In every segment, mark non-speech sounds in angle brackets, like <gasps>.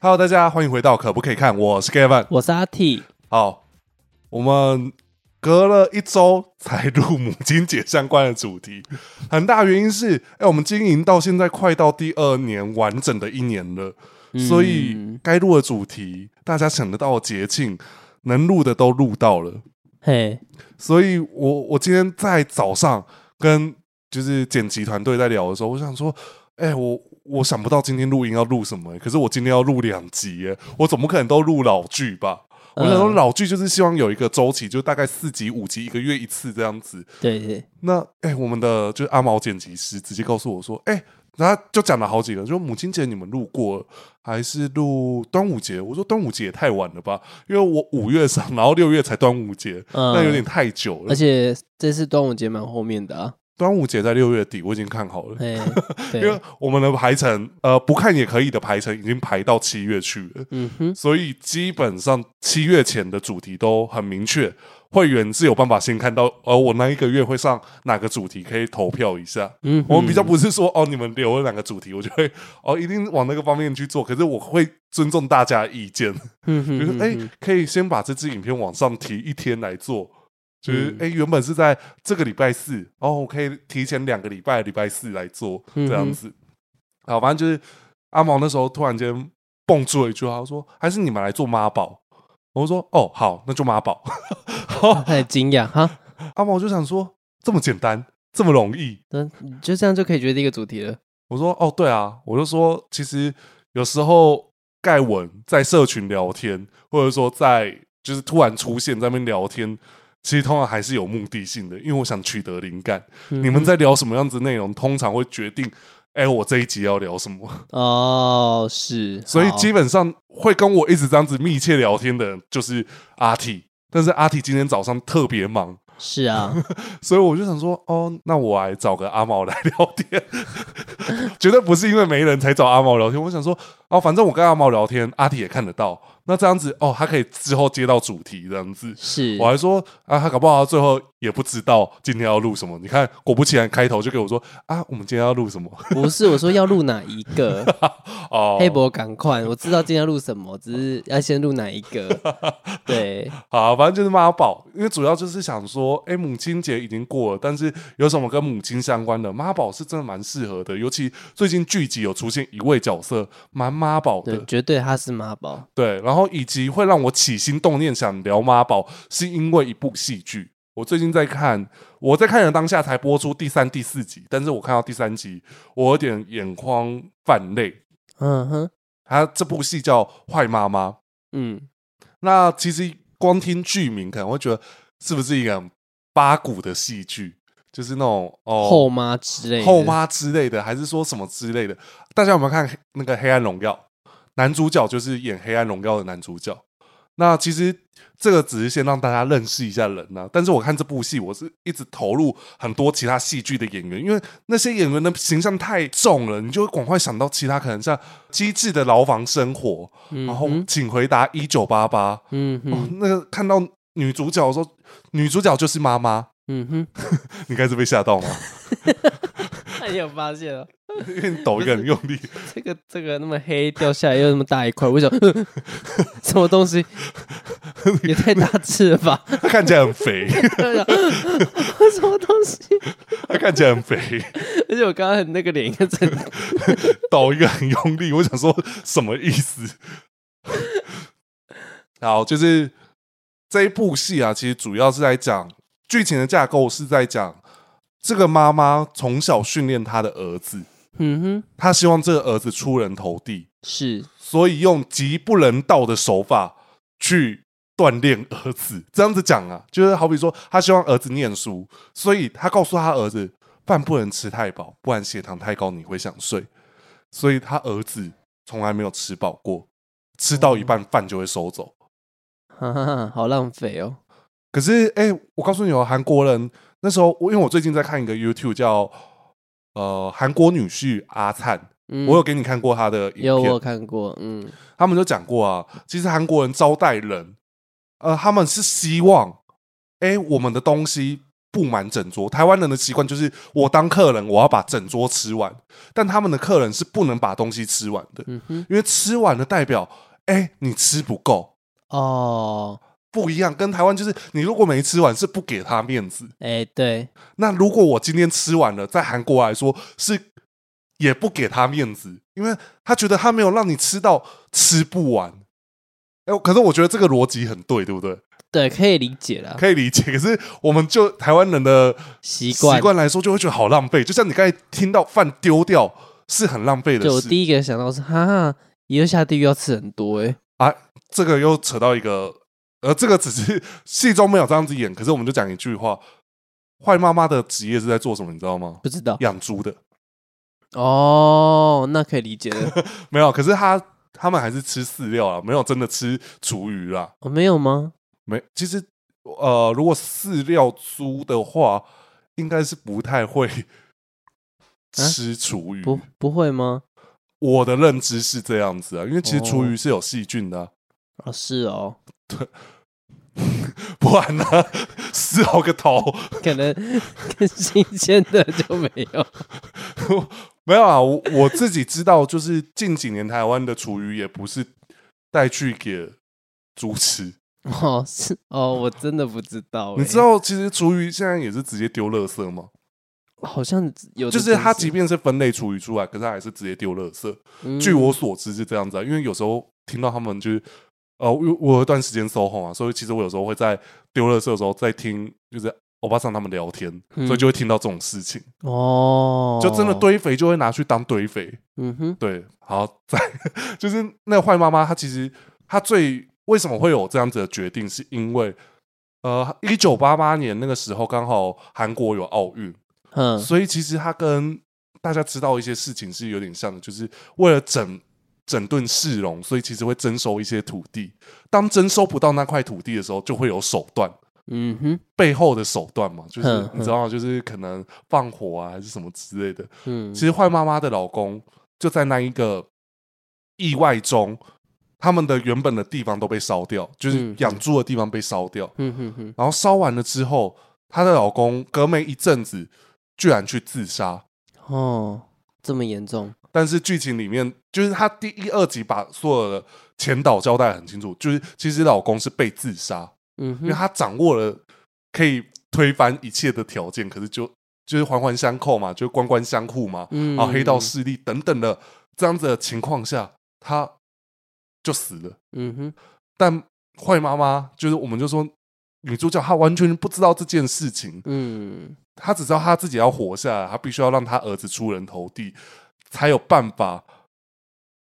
Hello，大家欢迎回到可不可以看？我是 Kevin。我是阿 T，好，我们隔了一周才录母亲节相关的主题，很大原因是，哎、我们经营到现在快到第二年完整的一年了，所以该录的主题，大家想得到的节庆，能录的都录到了。嘿，所以我我今天在早上跟就是剪辑团队在聊的时候，我想说，哎、我我想不到今天录音要录什么、可是我今天要录两集耶，我总不可能都录老剧吧？我想说嗯老剧就是希望有一个周期，就大概四集五集，一个月一次这样子。对对，那哎、我们的就是阿毛剪辑师直接告诉我说，哎、然后就讲了好几个，就母亲节你们录过了，还是录端午节？我说端午节也太晚了吧，因为我五月上，然后六月才端午节，嗯那有点太久了而。且这次端午节蛮后面的啊，端午节在六月底，我已经看好了， <laughs> 嘿，因为对，我们的排程，呃，不看也可以的排程已经排到七月去了，嗯哼，所以基本上七月前的主题都很明确，会员是有办法先看到，而、我那一个月会上哪个主题可以投票一下。嗯哼，我们比较不是说哦，你们留了哪个主题，我就会哦，一定往那个方面去做。可是我会尊重大家的意见，嗯哼，比如嗯说，哎、哼可以先把这支影片往上提一天来做，就是嗯哎、原本是在这个礼拜四，哦，我可以提前两个礼拜礼拜四来做嗯哼这样子。好，反正就是阿毛那时候突然间蹦出了一句话，他说：“还是你们来做妈宝。”我说：“哦，好，那就妈宝。 <laughs> 他很惊讶哈，”阿毛就想说：“这么简单，这么容易。那就这样就可以决定一个主题了，”嗯我说：“哦，对啊。”我就说：“其实有时候盖文在社群聊天，或者说在就是突然出现在那边聊天，其实通常还是有目的性的，因为我想取得灵感。嗯你们在聊什么样子内容，通常会决定，哎、我这一集要聊什么。哦，是，所以好基本上会跟我一直这样子密切聊天的人就是阿 T，但是阿 T 今天早上特别忙，是 <laughs> 啊，所以我就想说，哦，那我来找个阿毛来聊天， <laughs> 绝对不是因为没人才找阿毛聊天。我想说，哦，反正我跟阿毛聊天，阿 T 也看得到，那这样子，哦，他可以之后接到主题这样子。是我，还说啊，他搞不好他最后也不知道今天要录什么。你看，果不其然，开头就给我说啊，我们今天要录什么？不是我说要录哪一 <laughs> 个，哦，黑博赶快，我知道今天要录什么，只是要先录哪一 <laughs> 个，对，好，反正就是妈宝，因为主要就是想说，哎、母亲节已经过了，但是有什么跟母亲相关的妈宝是真的蛮适合的，尤其最近剧集有出现一位角色蛮妈宝的对，，绝对他是妈宝，对，然后以及会让我起心动念想聊妈宝，是因为一部戏剧。我最近在看，我在看的当下才播出第三、第四集，但是我看到第三集，我有点眼眶泛泪。嗯哼，它这部戏叫《坏妈妈》，嗯，那其实光听剧名可能会觉得是不是一个很八股的戏剧，就是那种哦后妈之类的，后妈之类的，还是说什么之类的？大家有没有看黑那个《黑暗荣耀》？男主角就是演《黑暗荣耀》的男主角。那其实这个只是先让大家认识一下人呐、但是我看这部戏，我是一直投入很多其他戏剧的演员，因为那些演员的形象太重了，你就会赶快想到其他可能像《机智的牢房生活》，嗯哦哼，然后《请回答一九八八》，嗯哦哼，，那个看到女主角的时候，女主角就是妈妈，嗯哼。你该是被吓到吗？ <laughs> 那哎你有发现了，因为你抖一个很用力，这个这个那么黑掉下来又那么大一块，为什么？ <laughs> 什么东西？也太大只了吧！ <laughs> 她看起来很肥，什么东西？ <laughs> 她看起来很肥，而且我刚刚很那个脸跟真 <laughs> 的，抖一个很用力，我想说什么意思？好，就是这一部戏啊，其实主要是在讲剧情的架构是在讲这个妈妈从小训练她的儿子，嗯哼，她希望这个儿子出人头地，是所以用极不人道的手法去锻炼儿子。这样子讲啊，就是好比说，他希望儿子念书，所以他告诉他儿子，饭不能吃太饱，不然血糖太高你会想睡。所以他儿子从来没有吃饱过，吃到一半饭就会收走。哈哈哈，好浪费哦。可是，哎、我告诉你哦，韩国人那时候，我因为我最近在看一个 YouTube 叫呃韩国女婿阿灿，嗯我有给你看过他的影有片，我有看过，嗯他们就讲过啊，其实韩国人招待人，呃，他们是希望，哎、我们的东西布满整桌。台湾人的习惯就是，我当客人，我要把整桌吃完，但他们的客人是不能把东西吃完的，嗯哼，因为吃完了代表，哎、你吃不够，哦，不一样。跟台湾就是，你如果没吃完是不给他面子。哎，对，那如果我今天吃完了，在韩国来说是也不给他面子，因为他觉得他没有让你吃到吃不完。哎、可是我觉得这个逻辑很对，对不对？对，可以理解了，可以理解。可是我们就台湾人的习习惯。惯来说，就会觉得好浪费。就像你刚才听到饭丢掉是很浪费对的我事，第一个想到是，哈，以后下地狱要吃很多，哎，这个又扯到一个，呃，这个只是 <laughs> 戏中没有这样子演，可是我们就讲一句话：坏妈妈的职业是在做什么？你知道吗？不知道。养猪的哦，那可以理 <laughs> 解的。没有，可是他他们还是吃饲料啊，没有真的吃厨余啦。哦，没有吗？没，其实呃，如果饲料猪的话，应该是不太会吃厨余、不，不会吗？我的认知是这样子啊，因为其实厨哦余是有细菌的啊、哦，是哦，不然呢、死好个头。 <laughs> 可能更新鲜的就没有。没有啊，我我自己知道，就是近几年台湾的厨余也不是带去给猪吃，哦，是哦，我真的不知道。你哎知，道，其实厨余现在也是直接丢垃圾吗？好像有的就是真，它即便是分类厨余出来，可是它还是直接丢垃圾。嗯据我所知是这样子啊，因为有时候听到他们就是，呃，我我有一段时间收红啊，所以其实我有时候会在丢垃圾的时候在听，就是欧巴桑他们聊天，嗯所以就会听到这种事情，哦，就真的，堆肥就会拿去当堆肥。嗯哼，对，好，再 <laughs> 就是那个坏妈妈，她其实她最为什么会有这样子的决定，是因为。呃，一九八八年那个时候刚好韩国有奥运，嗯，所以其实他跟大家知道一些事情是有点像的，就是为了整整顿市容，所以其实会征收一些土地。当征收不到那块土地的时候，就会有手段，嗯哼，背后的手段嘛，就是嗯你知道吗？就是可能放火啊，还是什么之类的。嗯，其实坏妈妈的老公就在那一个意外中，他们的原本的地方都被烧掉，就是嗯养猪的地方被烧掉。嗯哼哼，然后烧完了之后，她的老公隔没一阵子，居然去自杀。哦，这么严重，但是剧情里面，就是她第一、二集把所有的前导交代得很清楚，就是其实老公是被自杀，嗯因为哼，她掌握了可以推翻一切的条件，可是就就是环环相扣嘛，就官官相护嘛，嗯然后哦黑道势力等等的这样子的情况下，她就死了。嗯哼，但坏妈妈就是，我们就说女主角她完全不知道这件事情，嗯，她只知道她自己要活下来，她必须要让她儿子出人头地，才有办法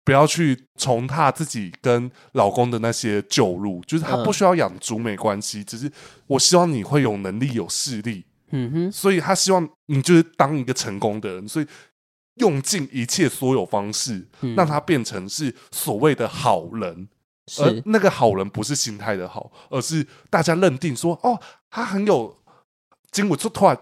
不要去重踏自己跟老公的那些旧路。就是她嗯不需要养猪没关系，只是我希望你会有能力、有势力，嗯哼，所以她希望你就是当一个成功的人，所以。用尽一切所有方式，嗯让她变成是所谓的好人，而是，那个好人不是心态的好，而是大家认定说，哦，他很有筋骨出团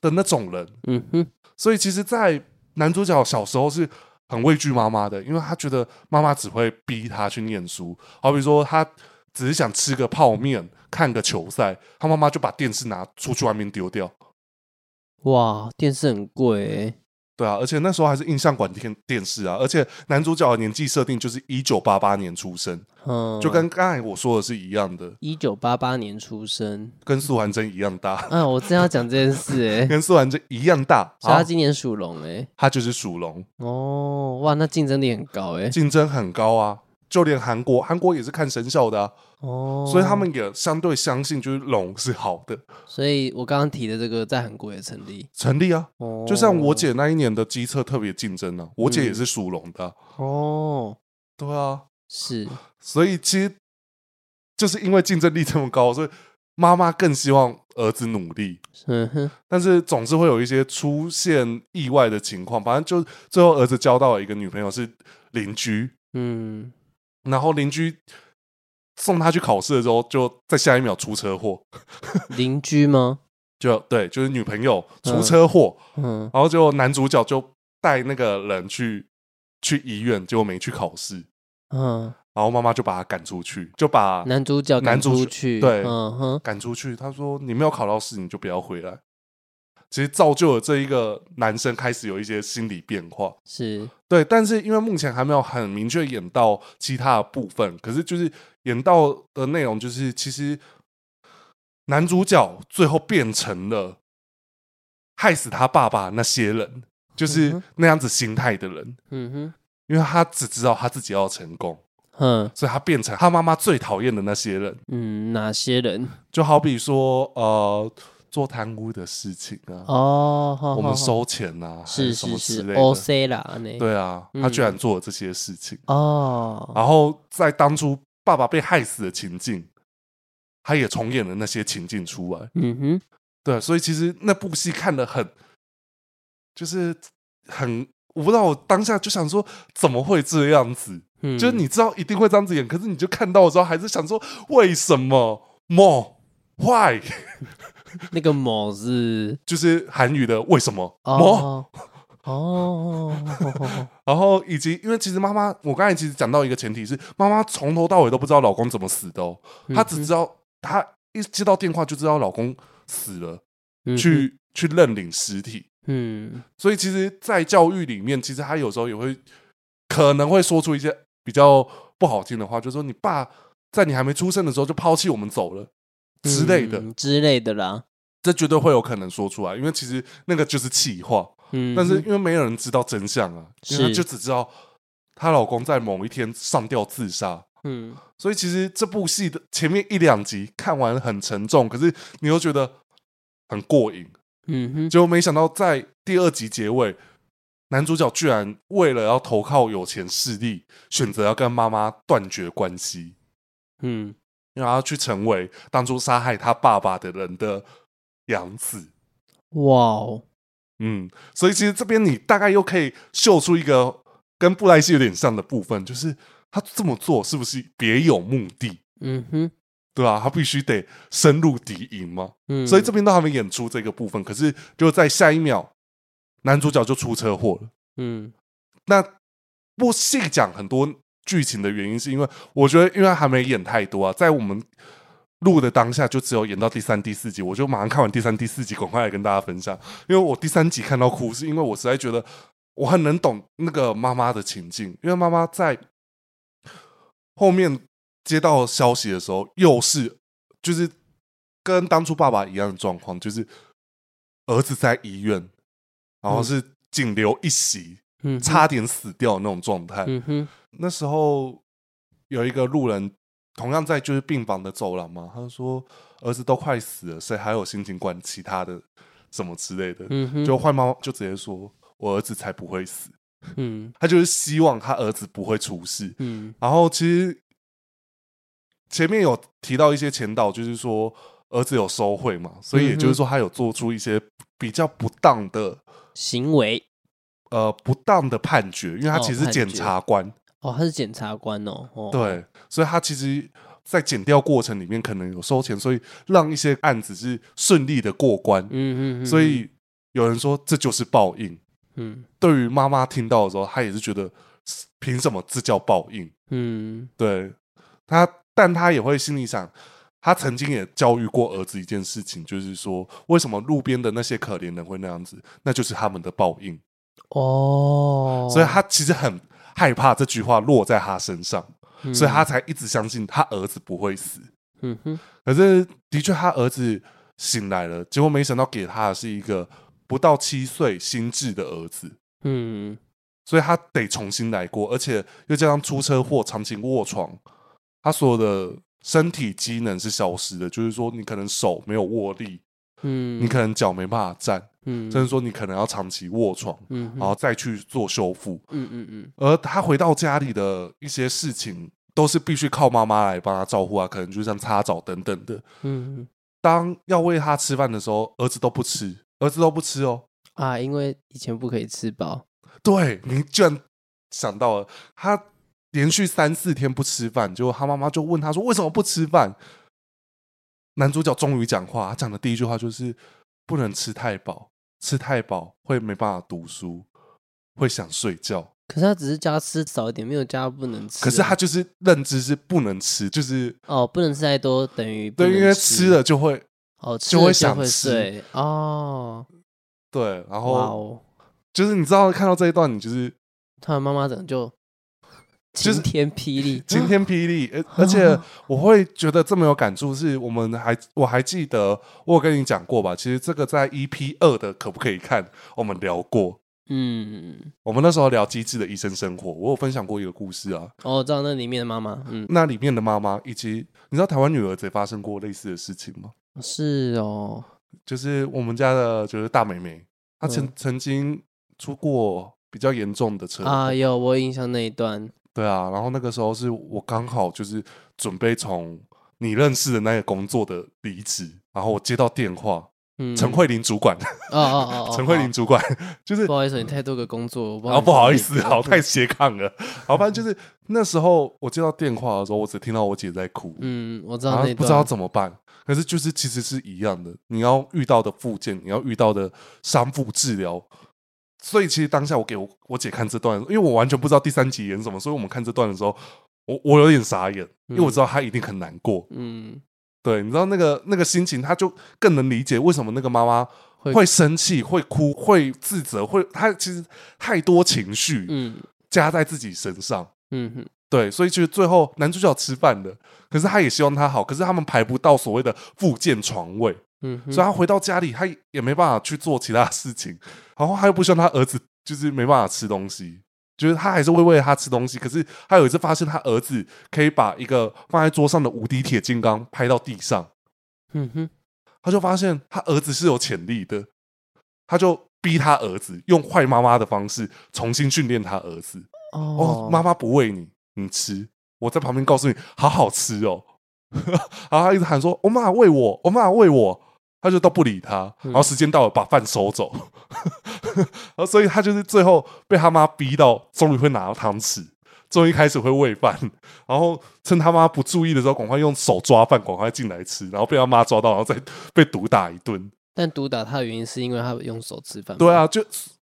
的那种人。嗯哼，所以其实，在男主角小时候是很畏惧妈妈的，因为他觉得妈妈只会逼他去念书。好比说，他只是想吃个泡面、看个球赛，他妈妈就把电视拿出去外面丢掉。哇，电视很贵，哎对啊，而且那时候还是印象馆电电视啊，而且男主角的年纪设定就是一九八八年出生，嗯，就跟刚才我说的是一样的，一九八八年出生，跟苏环真一样大。啊，我正要讲这件事哎、跟苏完真一样大，所以好他，今年属龙哎，他就是属龙，哦，哇，那竞争力很高哎、竞争很高啊。就连韩国，韩国也是看生肖的、啊，哦，所以他，们也相对相信就是龙是好的，所以我刚刚提的这个在韩国也成立，成立啊。哦，嗯就像我姐那一年的机测特别竞争啊，我姐也是属龙的啊、哦，对啊。是，所以其实就是因为竞争力这么高，所以妈妈更希望儿子努力，嗯哼，但是总是会有一些出现意外的情况。反正就最后儿子交到了一个女朋友是邻居，嗯，然后邻居送他去考试的时候，就在下一秒出车祸，邻居吗？就对，就是女朋友出车祸，嗯，然后就男主角就带那个人去去医院，结果没去考试，嗯，然后妈妈就把他赶出去，就把男主角赶男主出角去，对嗯哼，赶出去。他说：“你没有考到试，你就不要回来。”其实造就了这一个男生开始有一些心理变化。是对，但是因为目前还没有很明确演到其他的部分，可是就是演到的内容就是，其实男主角最后变成了害死他爸爸那些人，就是嗯那样子心态的人，嗯因为他只知道他自己要成功，哼，嗯所以他变成他妈妈最讨厌的那些人，嗯，哪些人？就好比说呃做贪污的事情啊，哦，好我们好好收钱啊，还是什么是之是类，O 的， C 啦，那对啊，他居嗯然做了这些事情。哦，然后在当初爸爸被害死的情境，他也重演了那些情境出来。嗯哼，对，所以其实那部戏看的很，就是很，我不知道，我当下就想说，怎么会这样子？嗯，就是你知道一定会这样子演，可是你就看到的时候，还是想说，为什么？more why？那个某是就是韩语的为什么？么？哦哦，然后以及因为其实妈妈，我刚才其实讲到一个前提是，妈妈从头到尾都不知道老公怎么死的哦。她只知道她一接到电话就知道老公死了，道去去认领尸体。嗯所以其实，在教育里面，其实她有时候也会可能会说出一些比较不好听的话，就说你爸在你还没出生的时候就抛弃我们走了之类的，嗯之类的啦，这绝对会有可能说出来，因为其实那个就是气话。嗯，但是因为没有人知道真相啊，因为她是就只知道她老公在某一天上吊自杀，嗯所以其实这部戏的前面一两集看完很沉重，可是你又觉得很过瘾。嗯哼，结果没想到在第二集结尾，男主角居然为了要投靠有钱势力，选择要跟妈妈断绝关系，嗯然后去成为当初杀害他爸爸的人的养子。哇哦，嗯，所以其实这边你大概又可以秀出一个跟布莱希有点像的部分，就是他这么做是不是别有目的？嗯哼，对啊，他必须得深入敌营嘛。嗯，所以这边都还没演出这个部分，可是就在下一秒，男主角就出车祸了。嗯那不细讲很多剧情的原因，是因为我觉得因为还没演太多啊，在我们录的当下就只有演到第三、第四集，我就马上看完第三、第四集，赶快来跟大家分享。因为我第三集看到哭，是因为我实在觉得我很能懂那个妈妈的情境，因为妈妈在后面接到消息的时候，又是就是跟当初爸爸一样的状况，就是儿子在医院，然后是仅留一席，嗯哼差点死掉的那种状态。嗯哼那时候有一个路人，同样在就是病房的走廊嘛，他就说儿子都快死了，谁还有心情管其他的什么之类的？嗯哼，就坏妈妈就直接说：“我儿子才不会死。嗯”他就是希望他儿子不会出事。嗯然后其实前面有提到一些前导，就是说儿子有收贿嘛，所以也嗯就是说他有做出一些比较不当的行为呃不当的判决，因为他其实哦是判决检察官，哦，他是检察官哦，哦，对，所以他其实，在检调过程里面可能有收钱，所以让一些案子是顺利的过关。嗯嗯嗯，所以有人说这就是报应。嗯对于妈妈听到的时候，她也是觉得凭什么这叫报应？嗯对她，但她也会心里想。她曾经也教育过儿子一件事情，就是说，为什么路边的那些可怜人会那样子，那就是他们的报应。哦，所以她其实很害怕这句话落在她身上，嗯所以她才一直相信她儿子不会死。嗯哼可是的确，他儿子醒来了，结果没想到给他的是一个不到七岁心智的儿子，嗯所以他得重新来过，而且又加上出车祸，长期卧床，他所有的身体机能是消失的，就是说你可能手没有握力，嗯，你可能脚没办法站，嗯甚至说你可能要长期卧床，嗯哼然后再去做修复。嗯嗯嗯而他回到家里的一些事情，都是必须靠妈妈来帮他照顾啊，可能就像擦澡等等的。嗯嗯当要喂他吃饭的时候，儿子都不吃，儿子都不吃哦。啊，因为以前不可以吃饱，对你居然想到了，他连续三四天不吃饭，结果他妈妈就问他说：“为什么不吃饭？”男主角终于讲话，他讲的第一句话就是：“不能吃太饱，吃太饱会没办法读书，会想睡觉。”可是他只是加吃少一点，没有加不能吃啊。可是他就是认知是不能吃，就是哦，不能吃太多，等于不对，能因为吃了就会哦，就会会想会吃睡哦。对，然哇后哦，就是你知道看到这一段，你就是他的妈妈怎么就 <laughs> 就是晴天霹雳？ <laughs> 晴天霹雳，呃而而且我会觉得这么有感触，是我们还我还记得我有跟你讲过吧？其实这个在 EP 二的可不可以看，我们聊过。嗯，我们那时候聊机智的医生生活，我有分享过一个故事啊，哦，我知道那里面的妈妈，嗯，那里面的妈妈以及你知道台湾女儿也发生过类似的事情吗？是哦，就是我们家的就是大妹妹，她曾、嗯曾经出过比较严重的车祸，啊，有我有印象那一段，对啊，然后那个时候是我刚好就是准备从你认识的那个工作的离职，然后我接到电话，嗯，陈慧琳主管，哦哦哦，<laughs> 哦陈慧琳，主管就是不好意思，你太多个工作，我不知然后道你不好意怎么思，好太斜杠了。好，反正就是那时候我接到电话的时候，我只听到我姐在哭，嗯，我知然道后那一啊段，不知道怎么办。可是就是其实是一样的，你要遇到的附件，你要遇到的伤复治疗。所以其实当下我给我我姐看这段，因为我完全不知道第三集演什么，所以我们看这段的时候，我我有点傻眼，因为我知道她一定很难过。嗯，对，你知道那个那个心情，她就更能理解为什么那个妈妈会会生气、会哭、会自责、会她其实太多情绪，嗯加在自己身上。嗯哼对，所以就是最后男主角吃饭的，可是他也希望他好，可是他们排不到所谓的附件床位，嗯哼，所以他回到家里，他也没办法去做其他事情，然后他又不希望他儿子就是没办法吃东西，就是他还是会为了他吃东西，可是他有一次发现他儿子可以把一个放在桌上的无敌铁金刚拍到地上，嗯哼，他就发现他儿子是有潜力的，他就逼他儿子用坏妈妈的方式重新训练他儿子。哦哦，，妈妈不喂你，你吃。我在旁边告诉你，好好吃哦。 <laughs> 然后他一直喊说：“我妈喂我，我妈喂我。”他就都不理他，嗯然后时间到了，把饭收走。 <laughs> 然后所以他就是最后被他妈逼到，终于会拿到汤匙，终于开始会喂饭，然后趁他妈不注意的时候，赶快用手抓饭，赶快进来吃，然后被他妈抓到，然后再被毒打一顿。但毒打他的原因是因为他用手吃饭，对，啊，就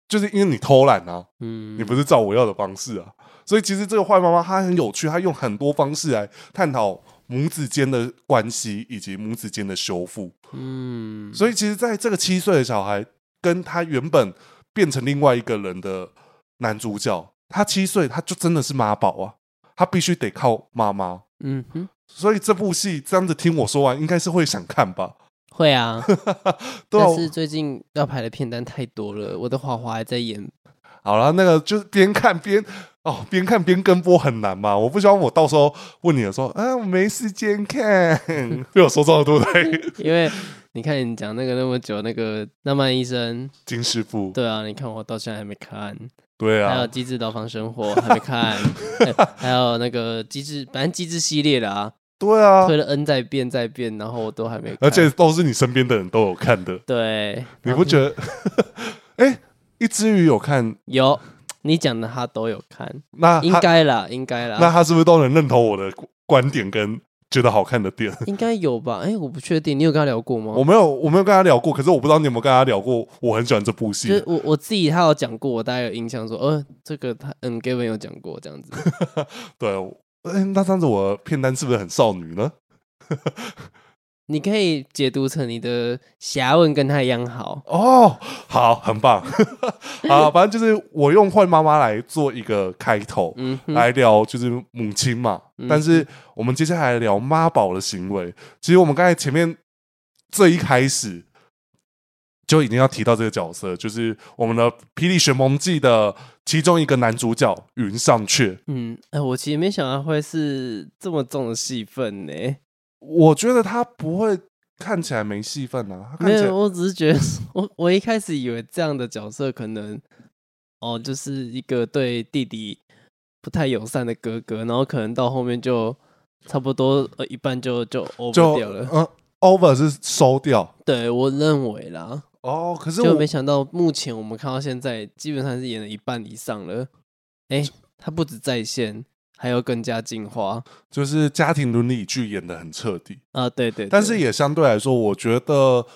就是因为你偷懒啊，嗯，你不是照我要的方式啊。所以其实这个坏妈妈她很有趣，她用很多方式来探讨母子间的关系以及母子间的修复。嗯，所以其实，在这个七岁的小孩跟他原本变成另外一个人的男主角，他七岁他就真的是妈宝啊，他必须得靠妈妈。嗯哼，所以这部戏这样子听我说完，应该是会想看吧？会啊， <laughs> 对啊但是最近要排的片单太多了，我的华华还在演，好了，那个就是边看边哦，边看边跟播很难嘛。我不希望我到时候问你的时候，啊，我没时间看， <laughs> 被我说中了，对不对？因 <laughs> 为你看你讲那个那么久，那个浪漫医生，金师傅，对啊，你看我到现在还没看， <laughs> 对还有啊《机智牢房生活》还没看，哎 <laughs> 还有那个机智，反正机智系列的啊，对啊推，了 N 再遍再遍，然后我都还没看，而且都是你身边的人都有看的，对，你不觉得？ <laughs> 哎、一只鱼有看，有你讲的他都有看，啊那他应该啊啦，应该那啦，他是不是都能认同我的观点跟觉得好看的 <laughs> 点？应该有吧？哎，我不确定，你有跟他聊过吗？我没有，我没有跟他聊过，可是我不知道你有没有跟他聊过，我很喜欢这部戏就。是我我自己他有讲过，我大概有印象说，呃，这个他嗯 Gavin 有讲过这样 <laughs> 子，对，哎、那这样子我的片单是不是很少女呢？你可以解读成你的侠问跟他一样好，哦，好，很 <laughs> 棒。好，反正就是我用坏妈妈来做一个开头，嗯哼，来聊就是母亲嘛。嗯但是我们接下来聊妈宝的行为。其实我们刚才前面最一开始就已经要提到这个角色，就是我们的《霹雳旋梦记》的其中一个男主角云上雀。嗯，哎、我其实没想到会是这么重的戏份呢、我觉得他不会看起来没戏份啊，他没看起有，来我只是觉得我 <laughs> 我一开始以为这样的角色可能哦，就是一个对弟弟不太友善的哥哥，然后可能到后面就差不多呃一半就就 over 就掉了。嗯，over 是收掉对我认为啦，哦。可是就我没想到目前我们看到现在基本上是演了一半以上了。哎、他不止在线，还有更加进化就是家庭伦理剧演的很彻底，啊！对对但是对也相对来说，我觉得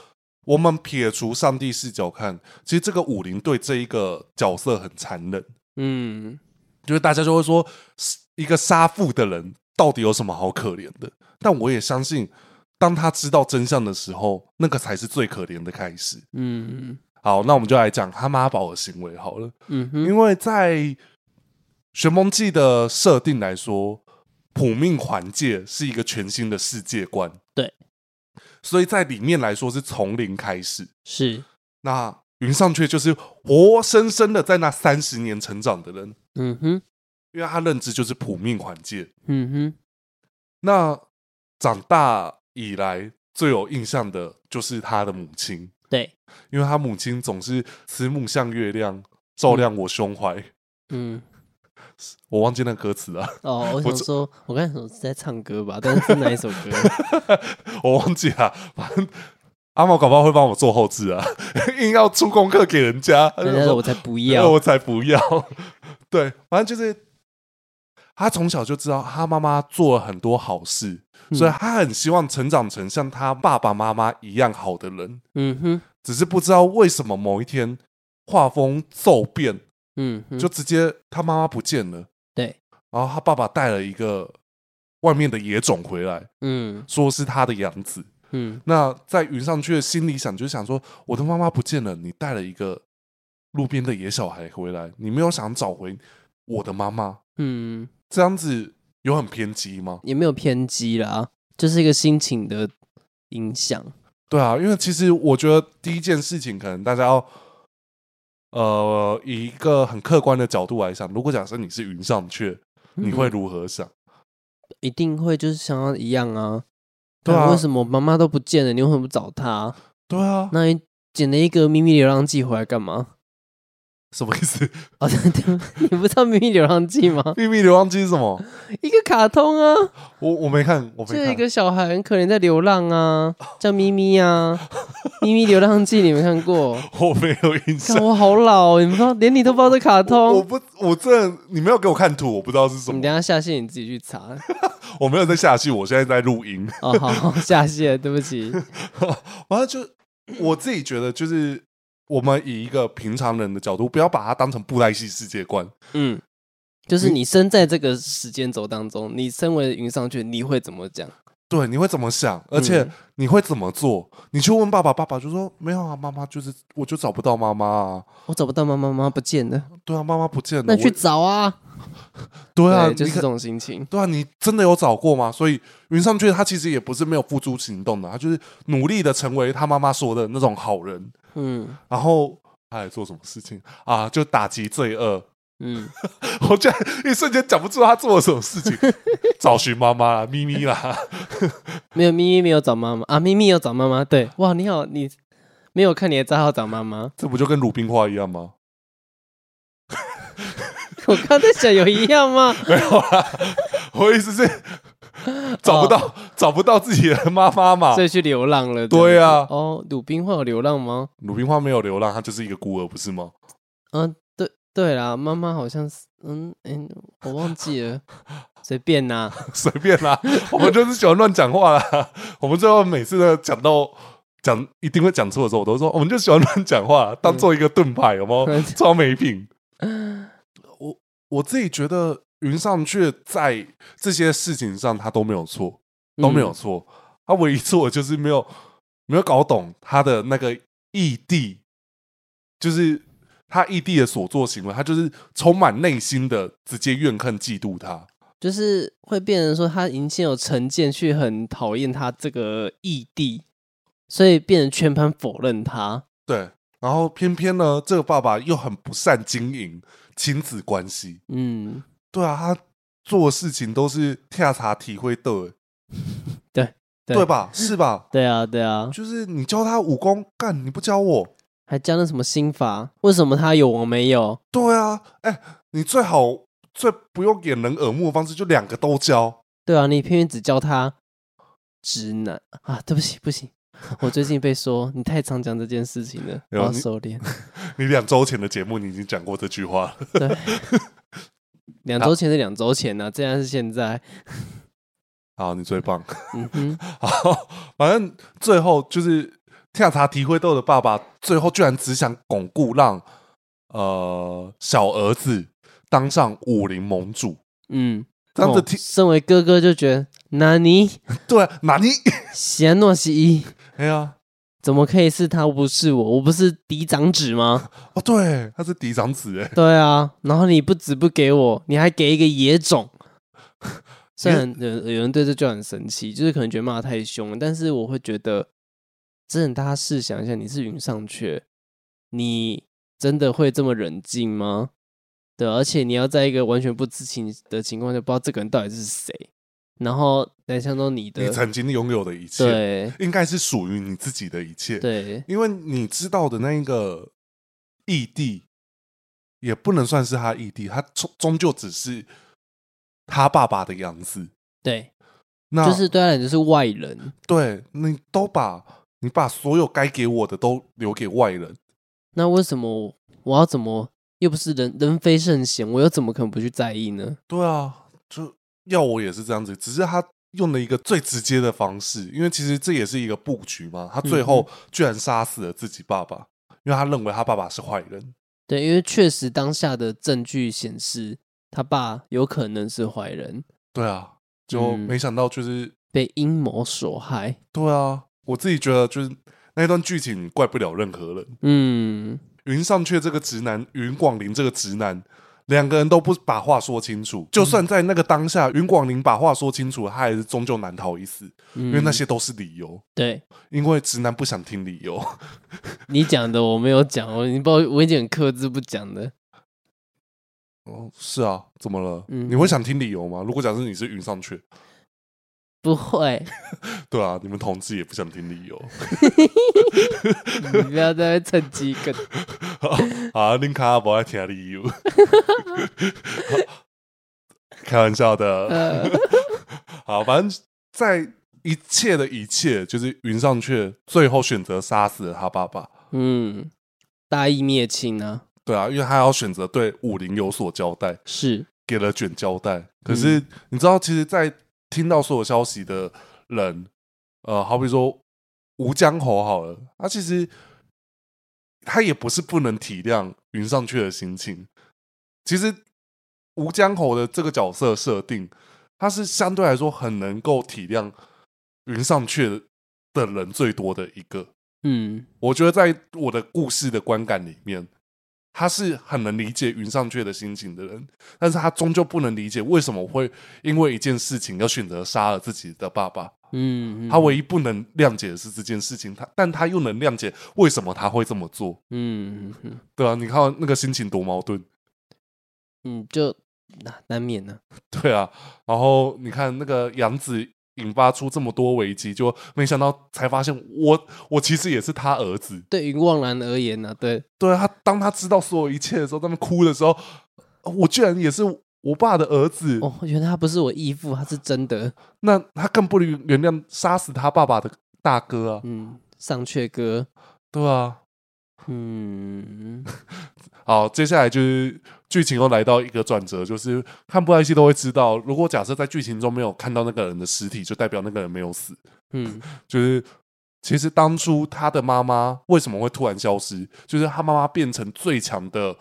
我们撇除上帝视角看，其实这个武林对这一个角色很残忍，嗯，就是大家就会说，一个杀父的人到底有什么好可怜的？但我也相信，当他知道真相的时候，那个才是最可怜的开始。嗯好，那我们就来讲哈妈宝的行为好了，嗯哼，因为在《寻梦记》的设定来说，普命环界是一个全新的世界观，对，所以在里面来说是从零开始。是，那云上却就是活生生的在那三十年成长的人，嗯哼，因为他认知就是普命环界。嗯哼，那长大以来最有印象的就是他的母亲，对，因为他母亲总是慈母像月亮，照亮我胸怀。嗯，我忘记那歌词了，哦，我我想这说，我刚才说是在唱歌吧，但是是哪一首 <laughs> 歌？我忘记了。啊反正阿毛搞不好会帮我做后置啊， <laughs> 硬要出功课给人家。他就人家说说我才 <laughs> 不呃要，我才不要。 <laughs> 对，反正就是他从小就知道他妈妈做了很多好事，嗯所以他很希望成长成像他爸爸妈妈一样好的人。嗯哼，只是不知道为什么某一天画风骤变，嗯哼，就直接他妈妈不见了，对，然后他爸爸带了一个外面的野种回来，嗯说是他的养子。嗯那在云上去的心里想，就是想说，我的妈妈不见了，你带了一个路边的野小孩回来，你没有想找回我的妈妈，嗯，这样子有很偏激吗？也没有偏激啦，就是一个心情的影响。对啊，因为其实我觉得第一件事情，可能大家要呃以一个很客观的角度来想，如果假设你是云上雀，你会嗯如何想？一定会就是想要一样啊？对啊为什么妈妈都不见了，你为什么不找她？对啊，那你捡了一个《秘密流浪记》回来干嘛？什么意思？ <laughs> 哦，对对，你不知道《秘密流浪记》吗？秘密流浪记是什么？一个卡通啊，我我没看，我就没有一看。个小孩很可怜在流浪啊，叫咪咪啊，《秘密流浪记》你没看过？ <laughs> 我没有印象看，我好老、哦，你不知道，连你都不知道这卡我我通。不，我真的你没有给我看图，我不知道是什你么。等一下下线你自己去查。 <laughs> 我没有在下戏，我现在在录 <laughs> 音。哦，好，好下线，对不起。完了就我自己觉得，就是我们以一个平常人的角度，不要把它当成布袋戏世界观。嗯，就是你身在这个时间轴当中，你身为云上去，你会怎么讲？对，你会怎么想？而且嗯你会怎么做？你去问爸爸，爸爸就说没有啊，妈妈就是我就找不到妈妈啊。我找不到妈妈，妈妈不见了，对啊，妈妈不见了。那去我找啊！对啊，就是你这看种心情。对啊，你真的有找过吗？所以云上去他其实也不是没有付诸行动的，他就是努力的成为他妈妈说的那种好人。嗯然后他还做什么事情啊？就打击罪恶。嗯，我居然一瞬间讲不出他做了什么事情， <laughs> 找寻妈妈啦，咪咪啦，没有咪咪没有找妈妈啊，咪咪有找妈妈。对，哇，你好，你没有看你的账号找妈妈？ <laughs> 这不就跟鲁冰花一样吗？我刚在想有一样 <laughs> 吗？ <laughs> 没有啦，我的意思是找不到、找不到自己的妈妈嘛所。以去流浪了。对啊。啊，哦，鲁冰会有流浪吗？鲁冰花没有流浪，她就是一个孤儿，不是吗？嗯，对对啦，妈妈好像是，嗯嗯，我忘记了，随便啦。<laughs> <laughs> 随便啦，我们就是喜欢乱讲话啦。 <laughs> 我们最后每次呢讲到讲一定会讲错的时候，我都说我们就喜欢乱讲话，当做一个盾牌，有没有？超没品。我我自己觉得云上却在这些事情上他都没有错，嗯都没有错。他唯一错的就是没有没有搞懂他的那个异地，就是他异地的所作行为，他就是充满内心的直接怨恨、嫉妒他。就是会变成说他已经有成见，去很讨厌他这个异地，所以变成全盘否认他。对，然后偏偏呢，这个爸爸又很不善经营亲子关系。嗯，对啊，他做的事情都是跳查体会的欸， <laughs> 对对对吧？是吧？对啊，对啊，就是你教他武功，干你不教我？还教那什么心法？为什么他有我没有？对啊，哎、你最好最不用掩人耳目的方式，就两个都教。对啊，你偏偏只教他直男啊！对不起，不行， <laughs> 我最近被说你太常讲这件事情了，我有要你收敛。你两周前的节目你已经讲过这句话了。 <laughs> 对，两周前是两周前呢、啊，这样是现在。好，你最棒。嗯哼， <laughs> 好，反正最后就是跳查体会豆的爸爸，最后居然只想巩固让呃小儿子当上武林盟主，嗯，这样子哦听、身为哥哥就觉得，那你对、啊，哪里？ <laughs> 贤诺西伊哎呀，怎么可以是他，不是我？我不是嫡长子吗？哦，对，他是嫡长子哎， <laughs> 对啊，然后你不止不给我，你还给一个野 <laughs> 种。虽然有有人对这就很生气，就是可能觉得骂得太凶了，但是我会觉得，真的大家试想一下，你是云上雀，你真的会这么冷静吗？对，而且你要在一个完全不知情的情况下，不知道这个人到底是谁，然后来相中你你的，曾经拥有的一切，对应该是属于你自己的一切，对，因为你知道的那个异地，也不能算是他异地，他终终究只是他爸爸的样子。对，那就是对他来讲就是外人。对你都把你把所有该给我的都留给外人，那为什么我要怎么又不是人人非圣贤，我又怎么可能不去在意呢？对啊，就要我也是这样子，只是他用了一个最直接的方式，因为其实这也是一个布局嘛。他最后居然杀死了自己爸爸，因为他认为他爸爸是坏人。对，因为确实当下的证据显示，他爸有可能是坏人，对啊，就嗯没想到就是、被阴谋所害。对啊，我自己觉得就是那一段剧情怪不了任何人。嗯，云上阙这个直男，云广林这个直男，两个人都不把话说清楚。就算在那个当下，云广林把话说清楚，他还是终究难逃一死，因因为那些都是理由。嗯对因为直男不想听理由，你讲的我没有讲，我你不知道我已经很克制不讲的。哦，是啊，怎么了？嗯你会想听理由吗？如果假设你是云上去，不会，对啊，你们同志也不想听理由你不要在那边趁机跟。啊，林卡不爱听理由，开玩笑的。呃， <laughs> 好，反正在一切的一切，就是云上去最后选择杀死了他爸爸。嗯，大义灭亲啊，对啊，因为他要选择对武林有所交代，是给了卷胶带。可是你知道，其实，在听到所有消息的人，呃，好比说吴江侯好了，他其实他也不是不能体谅云上去的心情。其实吴江侯的这个角色设定，他是相对来说很能够体谅云上去的人最多的一个。嗯我觉得在我的故事的观感里面，他是很能理解云上雀的心情的人，但是他终究不能理解为什么会因为一件事情要选择杀了自己的爸爸。嗯，嗯他唯一不能谅解的是这件事情，他但他又能谅解为什么他会这么做，嗯嗯嗯对啊，你看那个心情多矛盾， <laughs> 嗯，就难难免呢、对啊。然后你看那个杨子引发出这么多危机，就没想到才发现我我其实也是他儿子，对于望然而言呢、啊对，对啊他，当他知道所有一切的时候，他们哭的时候，我居然也是我爸的儿子，哦，原来他不是我义父，他是真的。那他更不能原谅杀死他爸爸的大哥啊，嗯，上阙哥，对啊。嗯，好，接下来就是剧情又来到一个转折，就是看布莱希都会知道，如果假设在剧情中没有看到那个人的尸体，就代表那个人没有死。嗯，就是其实当初他的妈妈为什么会突然消失，就是他妈妈变成最强的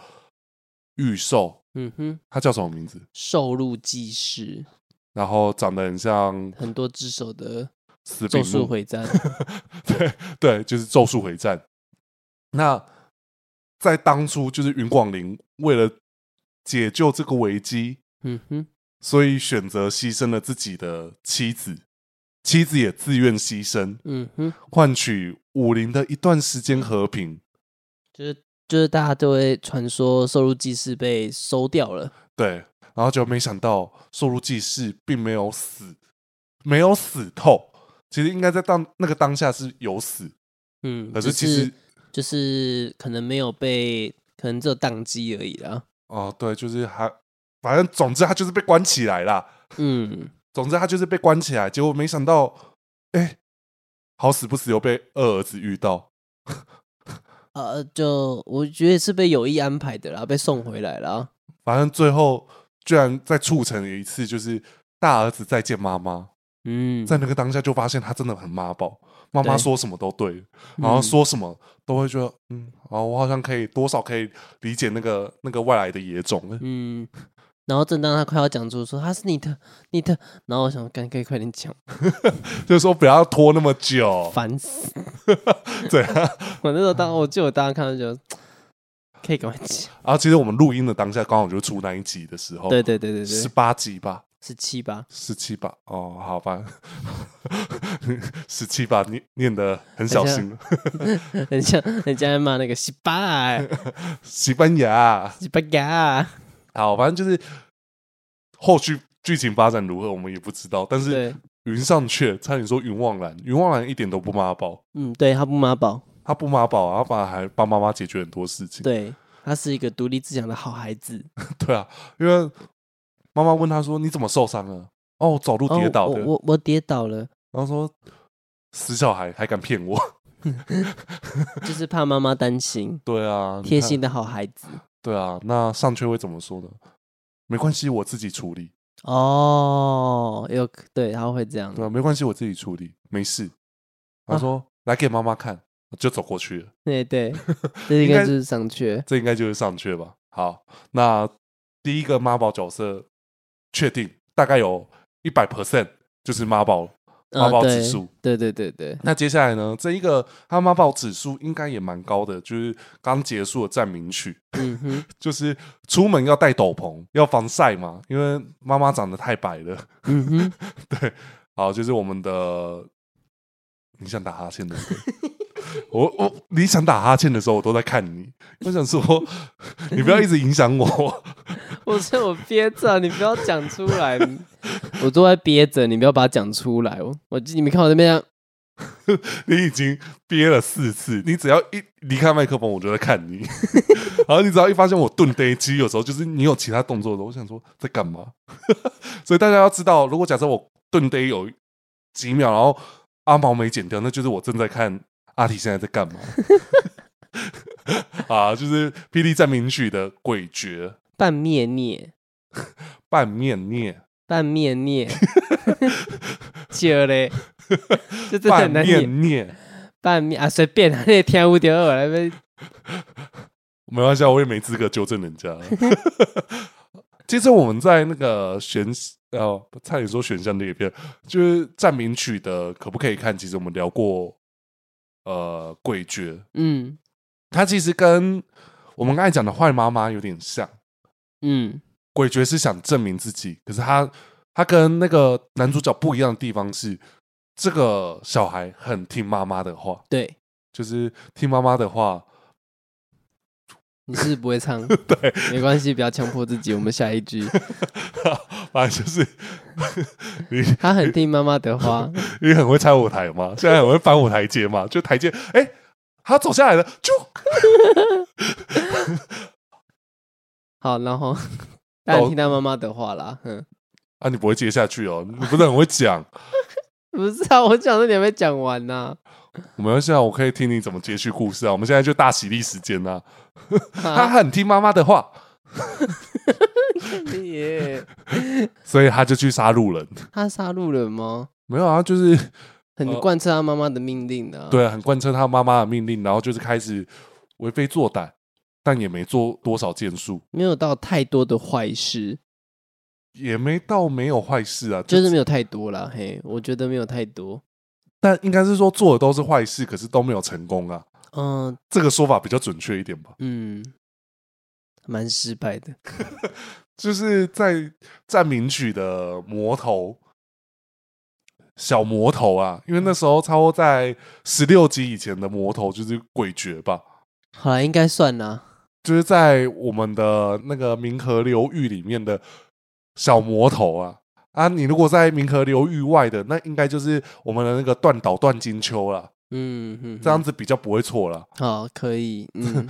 御兽，嗯哼，他叫什么名字？受禄济世，然后长得很像很多只手的死柄咒木术回 <laughs> 战，对 <laughs> 对，就是《咒术回战》。那在当初，就是云广林为了解救这个危机，嗯哼，所以选择牺牲了自己的妻子，妻子也自愿牺牲，嗯哼，换取武林的一段时间和平。就是就是大家都会传说受禄济世被收掉了，对，然后就没想到受禄济世并没有死，没有死透。其实应该在当那个当下是有死，嗯，可就是其实就是可能没有被，可能只有宕机而已啦，哦，对，就是还反正总之他就是被关起来啦。嗯，总之他就是被关起来，结果没想到，哎、好死不死又被二儿子遇到。呃，就我觉得是被有意安排的啦，被送回来啦，反正最后居然再促成了一次，就是大儿子再见妈妈。嗯，在那个当下就发现他真的很妈宝，妈妈对说什么都对，然后嗯说什么都会觉得，嗯，啊，我好像可以多少可以理解那个那个外来的野种了。嗯，然后正当他快要讲出说他是你的你的，然后我想干可以快点讲，就是说不要拖那么 <laughs> 久，烦死！对啊。我那时候当我记得我当时看到就可以赶快讲，然后啊其实我们录音的当下刚好就是出那一集的时候，对对对对十对，八集吧，十七吧，十七吧，哦，好吧， <laughs> 十七吧，念念的很小心，很像人家在骂那个西巴哎 <laughs> 西班牙，西巴嘎，好，反正就是后续剧情发展如何我们也不知道，但是对，云上雀，差点说云望兰，云望兰一点都不妈宝，嗯，对他不妈宝，他不妈宝，然后反而还帮妈妈解决很多事情，对他是一个独立自强的好孩子， <laughs> 对啊，因为妈妈问他说你怎么受伤了？哦，走路哦跌倒我的，我我跌倒了，然后说死小孩还敢骗我， <laughs> 就是怕妈妈担心，对啊，你贴看心的好孩子对啊，那上阙会怎么说呢？没关系，我自己处理。哦，有对他会这样对，啊，没关系，我自己处理，没事。他啊说：“来给妈妈看。”就走过去了。对对，这应 <laughs> 应该该就是上阙，这应该就是上阙吧？好，那第一个妈宝角色确定大概有一百 percent 就是妈宝妈啊宝对指数。对对对对，那接下来呢？这一个他妈宝指数应该也蛮高的，就是刚结束的站名曲， <laughs> 嗯哼，就是出门要戴斗篷，要防晒嘛，因为妈妈长得太白了。嗯哼，对，好，就是我们的，你想打哈欠的，我我你想打哈欠的时候，我都在看你，我想说， <laughs> 你不要一直影响我，我说我憋着，你不要讲出来， <laughs> 我都在憋着，你不要把它讲出来。我我你没看我那边这样，你已经憋了四次，你只要一离开麦克风，我就在看你， <laughs> 然后你只要一发现我顿呆机，有时候就是你有其他动作的时候，我想说在干嘛， <laughs> 所以大家要知道，如果假设我顿呆有几秒，然后阿毛没剪掉，那就是我正在看阿提现在在干嘛。 <laughs> 啊，就是《霹雳战名曲》的诡谲半面孽，半面孽，半 <laughs> 面孽，就嘞，就真的半很难念。面孽，半面啊，随便啊，你也听不到我那边。没关系啊，我也没资格纠正人家。 <laughs> 其实我们在那个选呃，差点说选项那一片，就是站名曲的可不可以看？其实我们聊过，呃，诡谲，嗯它其实跟我们刚才讲的坏妈妈有点像。嗯，诡谲是想证明自己，可是他他跟那个男主角不一样的地方是，这个小孩很听妈妈的话，对，就是听妈妈的话， <laughs> 你是不是不会唱，对，没关系，不要强迫自己。我们下一句，反正就是你他很听妈妈的话。你很会拆我台嘛，现在很会翻我台阶嘛，就台阶，哎、他走下来了，就好，<laughs> 然后当哦然听到妈妈的话啦。嗯，啊，你不会接下去哦，你不是很会讲， <laughs> <laughs> 不是啊，我讲的你还没讲完呢、我们现在我可以听你怎么接续故事啊，我们现在就大喜力时间啊，他啊。很听妈妈的话，你也所以他就去杀路人，他杀戮人吗？没有啊，就是。 <laughs> 很呃贯彻他妈妈的命令的、啊。，对，很贯彻他妈妈的命令，然后就是开始为非作歹，但也没做多少建树，没有到太多的坏事，也没到没有坏事啊，就是只没有太多啦。嘿，我觉得没有太多。但应该是说做的都是坏事，可是都没有成功啊，嗯这个说法比较准确一点吧。嗯，蛮失败的。就是在站名曲的魔头小魔头啊，因为那时候差不多在十六集以前的魔头就是诡谲吧。好啦，应该算啦。就是在我们的那个冥河流域里面的小魔头啊啊！你如果在冥河流域外的，那应该就是我们的那个断岛断金秋啦，嗯嗯，这样子比较不会错啦。好可以。 <laughs> 嗯，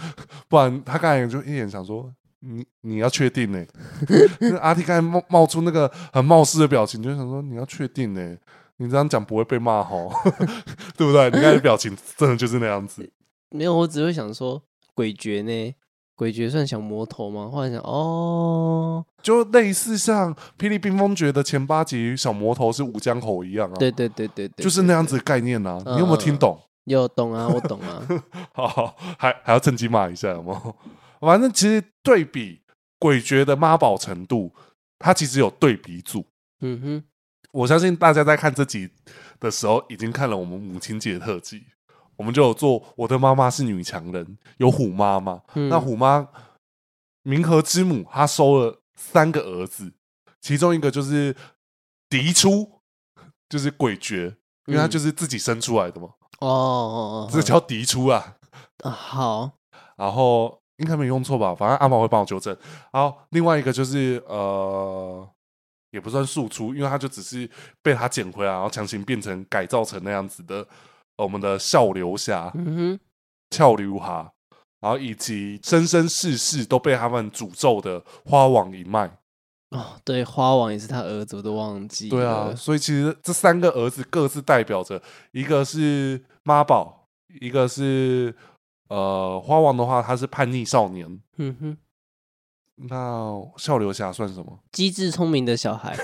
不然他刚才就一眼想说。你你要确定呢、欸 <laughs> 那阿 T 刚才冒冒出那个很冒失的表情，就想说你要确定呢、欸你这样讲不会被骂吼， <laughs> 对不对？你刚才的表情真的就是那样子，没有，我只会想说，诡谲呢？诡谲算小魔头吗？后来想，哦，就类似像《霹雳冰封诀》的前八集小魔头是吴江口一样啊，对对对对对，就是对那样对子的概念啊。嗯你有没有听懂？有懂啊，我懂 <laughs> 啊，好好，还还要趁机骂一下，有没有？反正其实对比诡谲的妈宝程度，它其实有对比组。嗯哼，我相信大家在看这集的时候，已经看了我们母亲节特辑，我们就有做《我的妈妈是女强人》，有虎妈妈。嗯那虎妈冥河之母，她收了三个儿子，其中一个就是嫡出，就是诡谲，因为她嗯就是自己生出来的嘛，哦哦哦，这叫嫡出啊。哦好，然后应该没用错吧？反正阿毛会帮我纠正。然后另外一个就是呃，也不算庶出，因为他就只是被他捡回来，然后强行变成改造成那样子的、呃我们的笑流侠、嗯哼，俏流哈，然后以及生生世世都被他们诅咒的花王一脉。哦，对，花王也是他儿子，我都忘记了，对啊，所以其实这三个儿子各自代表着一个是妈宝，一个是呃花王的话，他是叛逆少年。嗯哼，那笑流侠算什么？机智聪明的小 <laughs> 孩，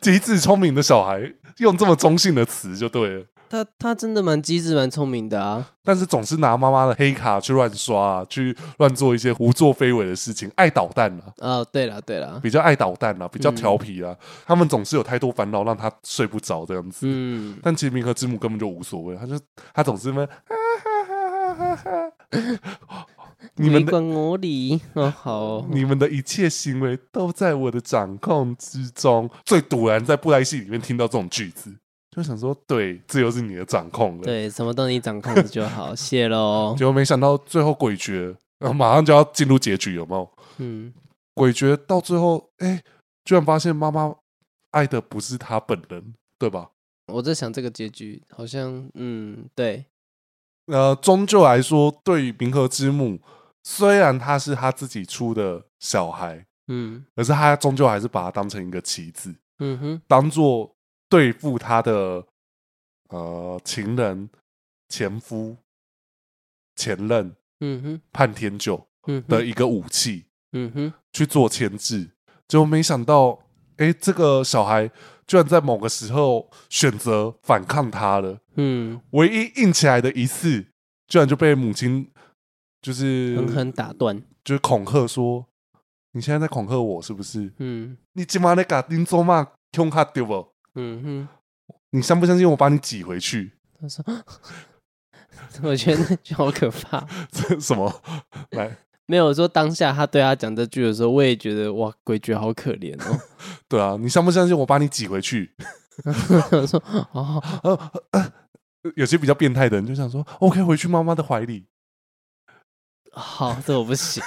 机智聪明的小孩，用这么中性的词就对了。他他真的蛮机智蛮聪明的 <laughs> 啊，但是总是拿妈妈的黑卡去乱刷、啊，去乱做一些胡作非为的事情，爱捣蛋啊，哦，对了 <laughs> 对了，比较爱捣蛋啊，比较嗯调皮啊。他们总是有太多烦恼，让他睡不着这样子。嗯，但其实明和之母根本就无所谓，他就他总是问，哈哈哈哈哈 <laughs> 哈你们没的关我理， <laughs> 哦好哦，你们的一切行为都在我的掌控之中。最突然在布莱戏里面听到这种句子，就想说，对，这又是你的掌控了。对，什么都你掌控着就 <laughs> 好，谢喽，结果没想到最后诡谲，然后马上就要进入结局，有没有？嗯，诡谲到最后，哎，居然发现妈妈爱的不是他本人，对吧？我在想这个结局好像，嗯，对，呃，终究来说，对于明和之母，虽然他是他自己出的小孩，嗯可是他终究还是把他当成一个棋子，嗯哼，当做对付他的呃情人、前夫、前任嗯哼，盼天九嗯的哼，一个武器。嗯哼，去做牵制，结果没想到，哎，这个小孩居然在某个时候选择反抗他了。嗯，唯一硬起来的一次，居然就被母亲就是狠狠嗯打断，就是恐吓说：“你现在在恐吓我是不是？嗯你今晚那个林州骂凶卡丢不？嗯哼。你相不相信我把你挤回去？ <laughs> 他说：“ <laughs> 我觉得那句好可怕。这什么？来，”没有我说当下他对他讲这句的时候，我也觉得哇，鬼觉好可怜哦。 <laughs> 对啊，你相不相信我把你挤回去？”我说：“哦，有些比较变态的人就想说：“OK，回去妈妈的怀里。 <laughs> 好，这我不行。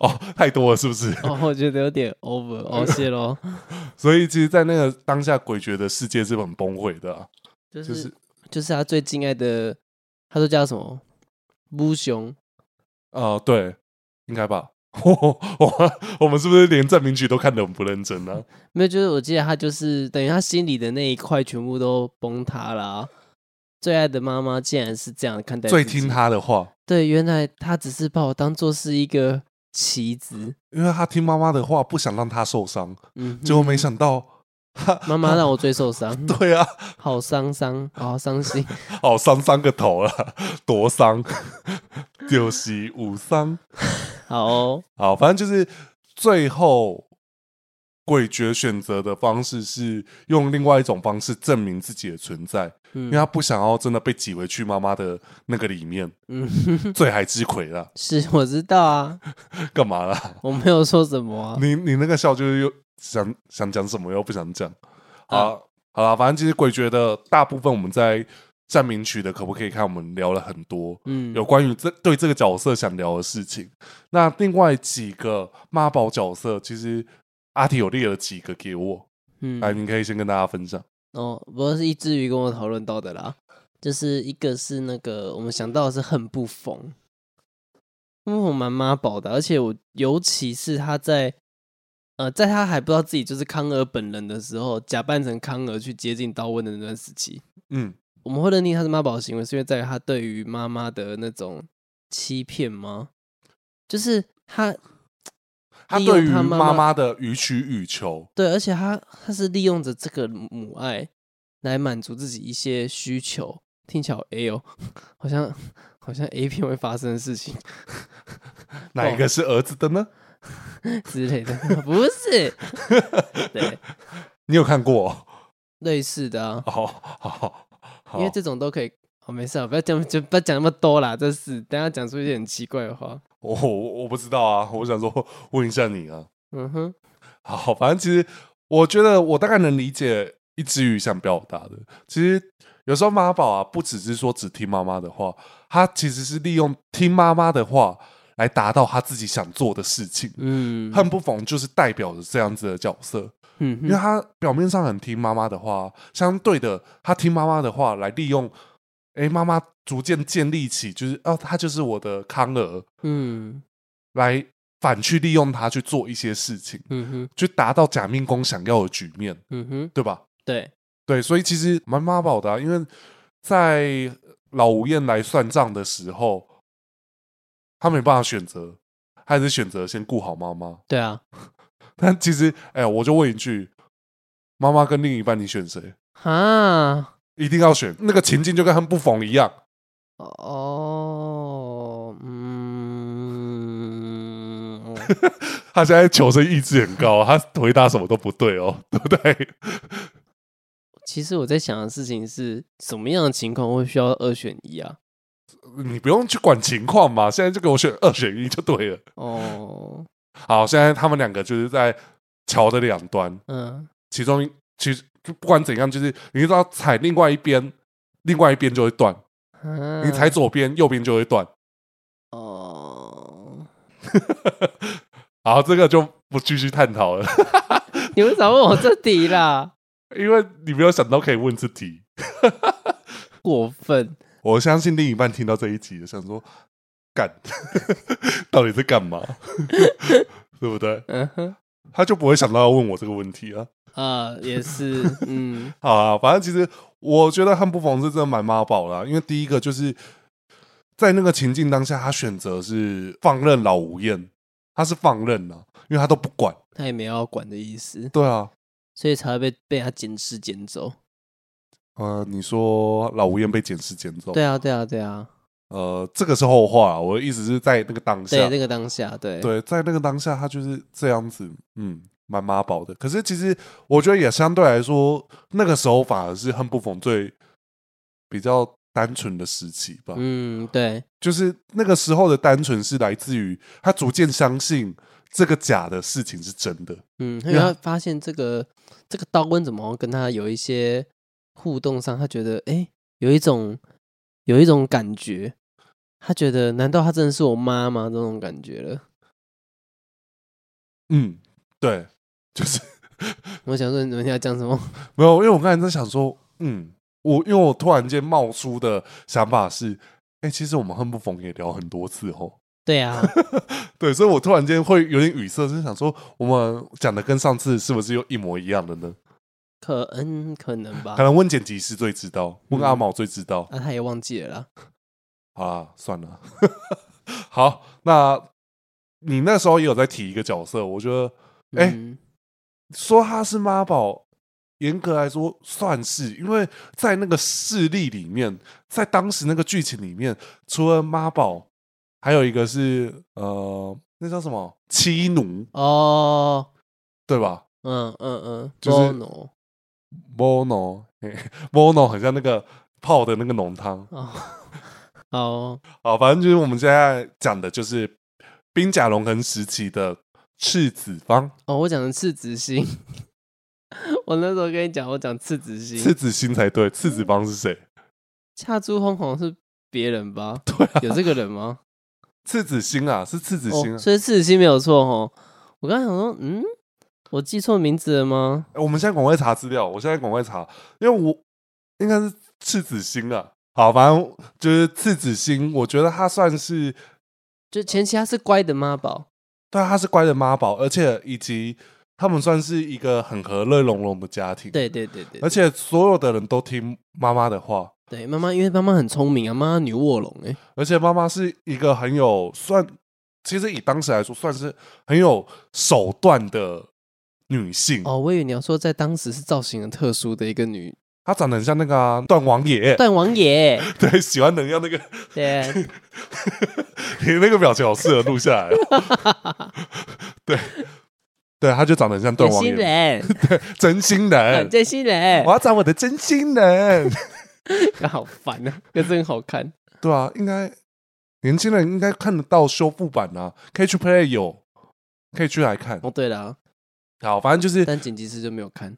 哦，太多了是不是？哦，我觉得有点 over。哦，<laughs> 谢喽。所以其实，在那个当下，诡谲的世界是很崩溃的啊、就就是是就是他最敬爱的，他说叫什么？乌熊。呃，对，应该吧。 <laughs> 我我我们是不是连证明局都看得很不认真啊呢、没有，就是我记得他就是等于他心里的那一块全部都崩塌了啊、最爱的妈妈竟然是这样看待，最听。他的话，对，原来他只是把我当做是一个棋子。因为他听妈妈的话，不想让他受伤，嗯哼，结果没想到，哈妈妈让我最受伤， <laughs> 对啊，好伤伤，好伤心。哦，伤伤个头了， <laughs> 多伤，就是五伤。好、哦，好，反正就是最后诡谲选择的方式是用另外一种方式证明自己的存在，嗯因为他不想要真的被挤回去妈妈的那个里面，嗯，罪海之魁啦，是我知道啊，干嘛啦？我没有说什么啊。你你那个笑就是又想想讲什么又不想讲，好、啊好啦，反正其实鬼觉得大部分我们在站名曲的可不可以看，我们聊了很多。嗯，有关于这对这个角色想聊的事情，那另外几个妈宝角色，其实阿提有列了几个给我，嗯，来，你可以先跟大家分享。哦，不过是一只鱼跟我讨论到的啦，就是一个是那个我们想到的是恨不逢，恨不逢蛮妈宝的，而且我尤其是他在呃在他还不知道自己就是康儿本人的时候，假扮成康儿去接近刀问的那段时期，嗯，我们会认定他是妈宝行为，是因为在于他对于妈妈的那种欺骗吗？就是他他利对用于他妈妈妈哦妈的予取予求，对，而且他他是利用着这个母爱来满足自己一些需求，听起来好 A 哦，好像好像 A 片会发生的事情哪一个是儿子的呢？之类的， <laughs> 不是？对，你有看过哦？类似的啊，哦 <laughs> 好好好，因为这种都可以。哦，没事啊，不要讲，就不要讲那么多啦，真是，等下讲出一些很奇怪的话。我我我不知道啊，我想说问一下你啊。嗯哼，好，反正其实我觉得我大概能理解一只鱼想表达的。其实有时候妈宝啊，不只是说只听妈妈的话，他其实是利用听妈妈的话来达到他自己想做的事情。嗯，恨不逢就是代表着这样子的角色，嗯因为哼，他表面上很听妈妈的话，相对的，他听妈妈的话来利用，诶，妈妈逐渐建立起就是哦，他就是我的康儿，嗯来反去利用他去做一些事情，嗯哼，去达到假命宫想要的局面，嗯哼，对吧？对，对，所以其实蛮妈宝的、啊，因为在老吴燕来算账的时候，他没办法选择，他还是选择先顾好妈妈。 <laughs> 对啊，但其实，哎、我就问一句，妈妈跟另一半，你选谁？哈，一定要选那个情境，就跟很不逢一样。哦，嗯，他现在求生意志很高，他回答什么都不对哦，对不对？其实我在想的事情是，什么样的情况会需要二选一啊？你不用去管情况嘛，现在就给我选二选一就对了。哦，好，现在他们两个就是在桥的两端，嗯，其中一其实就不管怎样，就是你知道踩另外一边，另外一边就会断；啊你踩左边，右边就会断。哦，好，这个就不继续探讨了， <laughs> 你为啥问我这题啦？因为你没有想到可以问这题。过分，我相信另一半听到这一集，想说干， <laughs> 到底在干嘛？ <laughs> 对不对？ <laughs> 嗯哼，他就不会想到要问我这个问题啊。啊，也是， <laughs> 嗯好啊，反正其实我觉得汉不逢是真的蛮妈宝啦、因为第一个就是在那个情境当下，他选择是放任老吴燕，他是放任啊，因为他都不管。他也没有要管的意思，对啊，所以才会被被他捡尸捡走。呃，你说老吴燕被捡尸捡走，对啊，对啊，对啊，呃，这个是后话啊、我的意思是在那个当下，对那个当下，啊对，啊对，在那个当下，他就是这样子，嗯，蛮妈宝的。可是其实我觉得也相对来说，那个时候反而是恨不逢最比较单纯的时期吧。嗯，对，就是那个时候的单纯是来自于他逐渐相信这个假的事情是真的。嗯，因因为为他他发现这个这个刀温怎么好像跟他有一些互动上，他觉得哎、诶有一种有一种感觉，他觉得难道她真的是我妈吗？这种感觉了。嗯，对，就是我想说你们要讲什么？ <laughs> 没有，因为我刚才在想说，嗯，我因为我突然间冒出的想法是，哎、其实我们恨不逢也聊很多次哦。对啊，对，所以我突然间会有点语塞，就是想说，我们讲的跟上次是不是又一模一样的呢？可嗯可能吧可。能问剪辑师最知道，问阿毛最知道。啊，他也忘记了啦。好啦，算了。 <laughs> 好，那你那时候也有在提一个角色，我觉得诶嗯说他是妈宝，严格来说算是，因为在那个势力里面，在当时那个剧情里面，除了妈宝，还有一个是呃，那叫什么妻奴，哦，对吧嗯嗯嗯，就是？mono Bono <laughs> mono 很像那个泡的那个浓汤哦 <laughs> 哦，啊，反正就是我们现在讲的就是冰甲龙痕时期的赤子方。哦，我讲的赤子心， <laughs> 我那时候跟你讲，我讲赤子心，赤子心才对，赤子帮是谁？恰猪红红是别 <laughs> 人吧？对、有这个人吗？赤子心啊，是赤子心啊哦，。所以赤子心没有错哦。我刚才想说，嗯，我记错名字了吗？欸我们现在赶快查资料，我现在赶快查，因为我应该是赤子心啊。好，反正就是赤子心，我觉得他算是就前期他是乖的妈宝，对啊，他是乖的妈宝，而且以及他们算是一个很和乐融融的家庭。，对对对对，而且所有的人都听妈妈的话，对欸 <laughs> 嗯妈妈，因为妈妈很聪明啊，妈妈女卧龙哎、而且妈妈是一个很有算其实以当时来说，算是很有手段的女性。哦，我以为你要说在当时是造型很特殊的一个女她长得很像那个啊段、王爷，段王爷，对，喜欢能要那个， <laughs> 对，你那个表情好适合录下来、哦。 <laughs> 对，对，她就长得很像段真王心爷，人，啊真心 <laughs> 人，真心 <laughs> 人我，要找我的真心人。 <laughs> 好烦啊，可真好看。对啊，应该年轻人应该看得到修复版啊，可以去 Play 有，可以去来看。哦，对了啊，好，反正就是但剪辑师就没有看，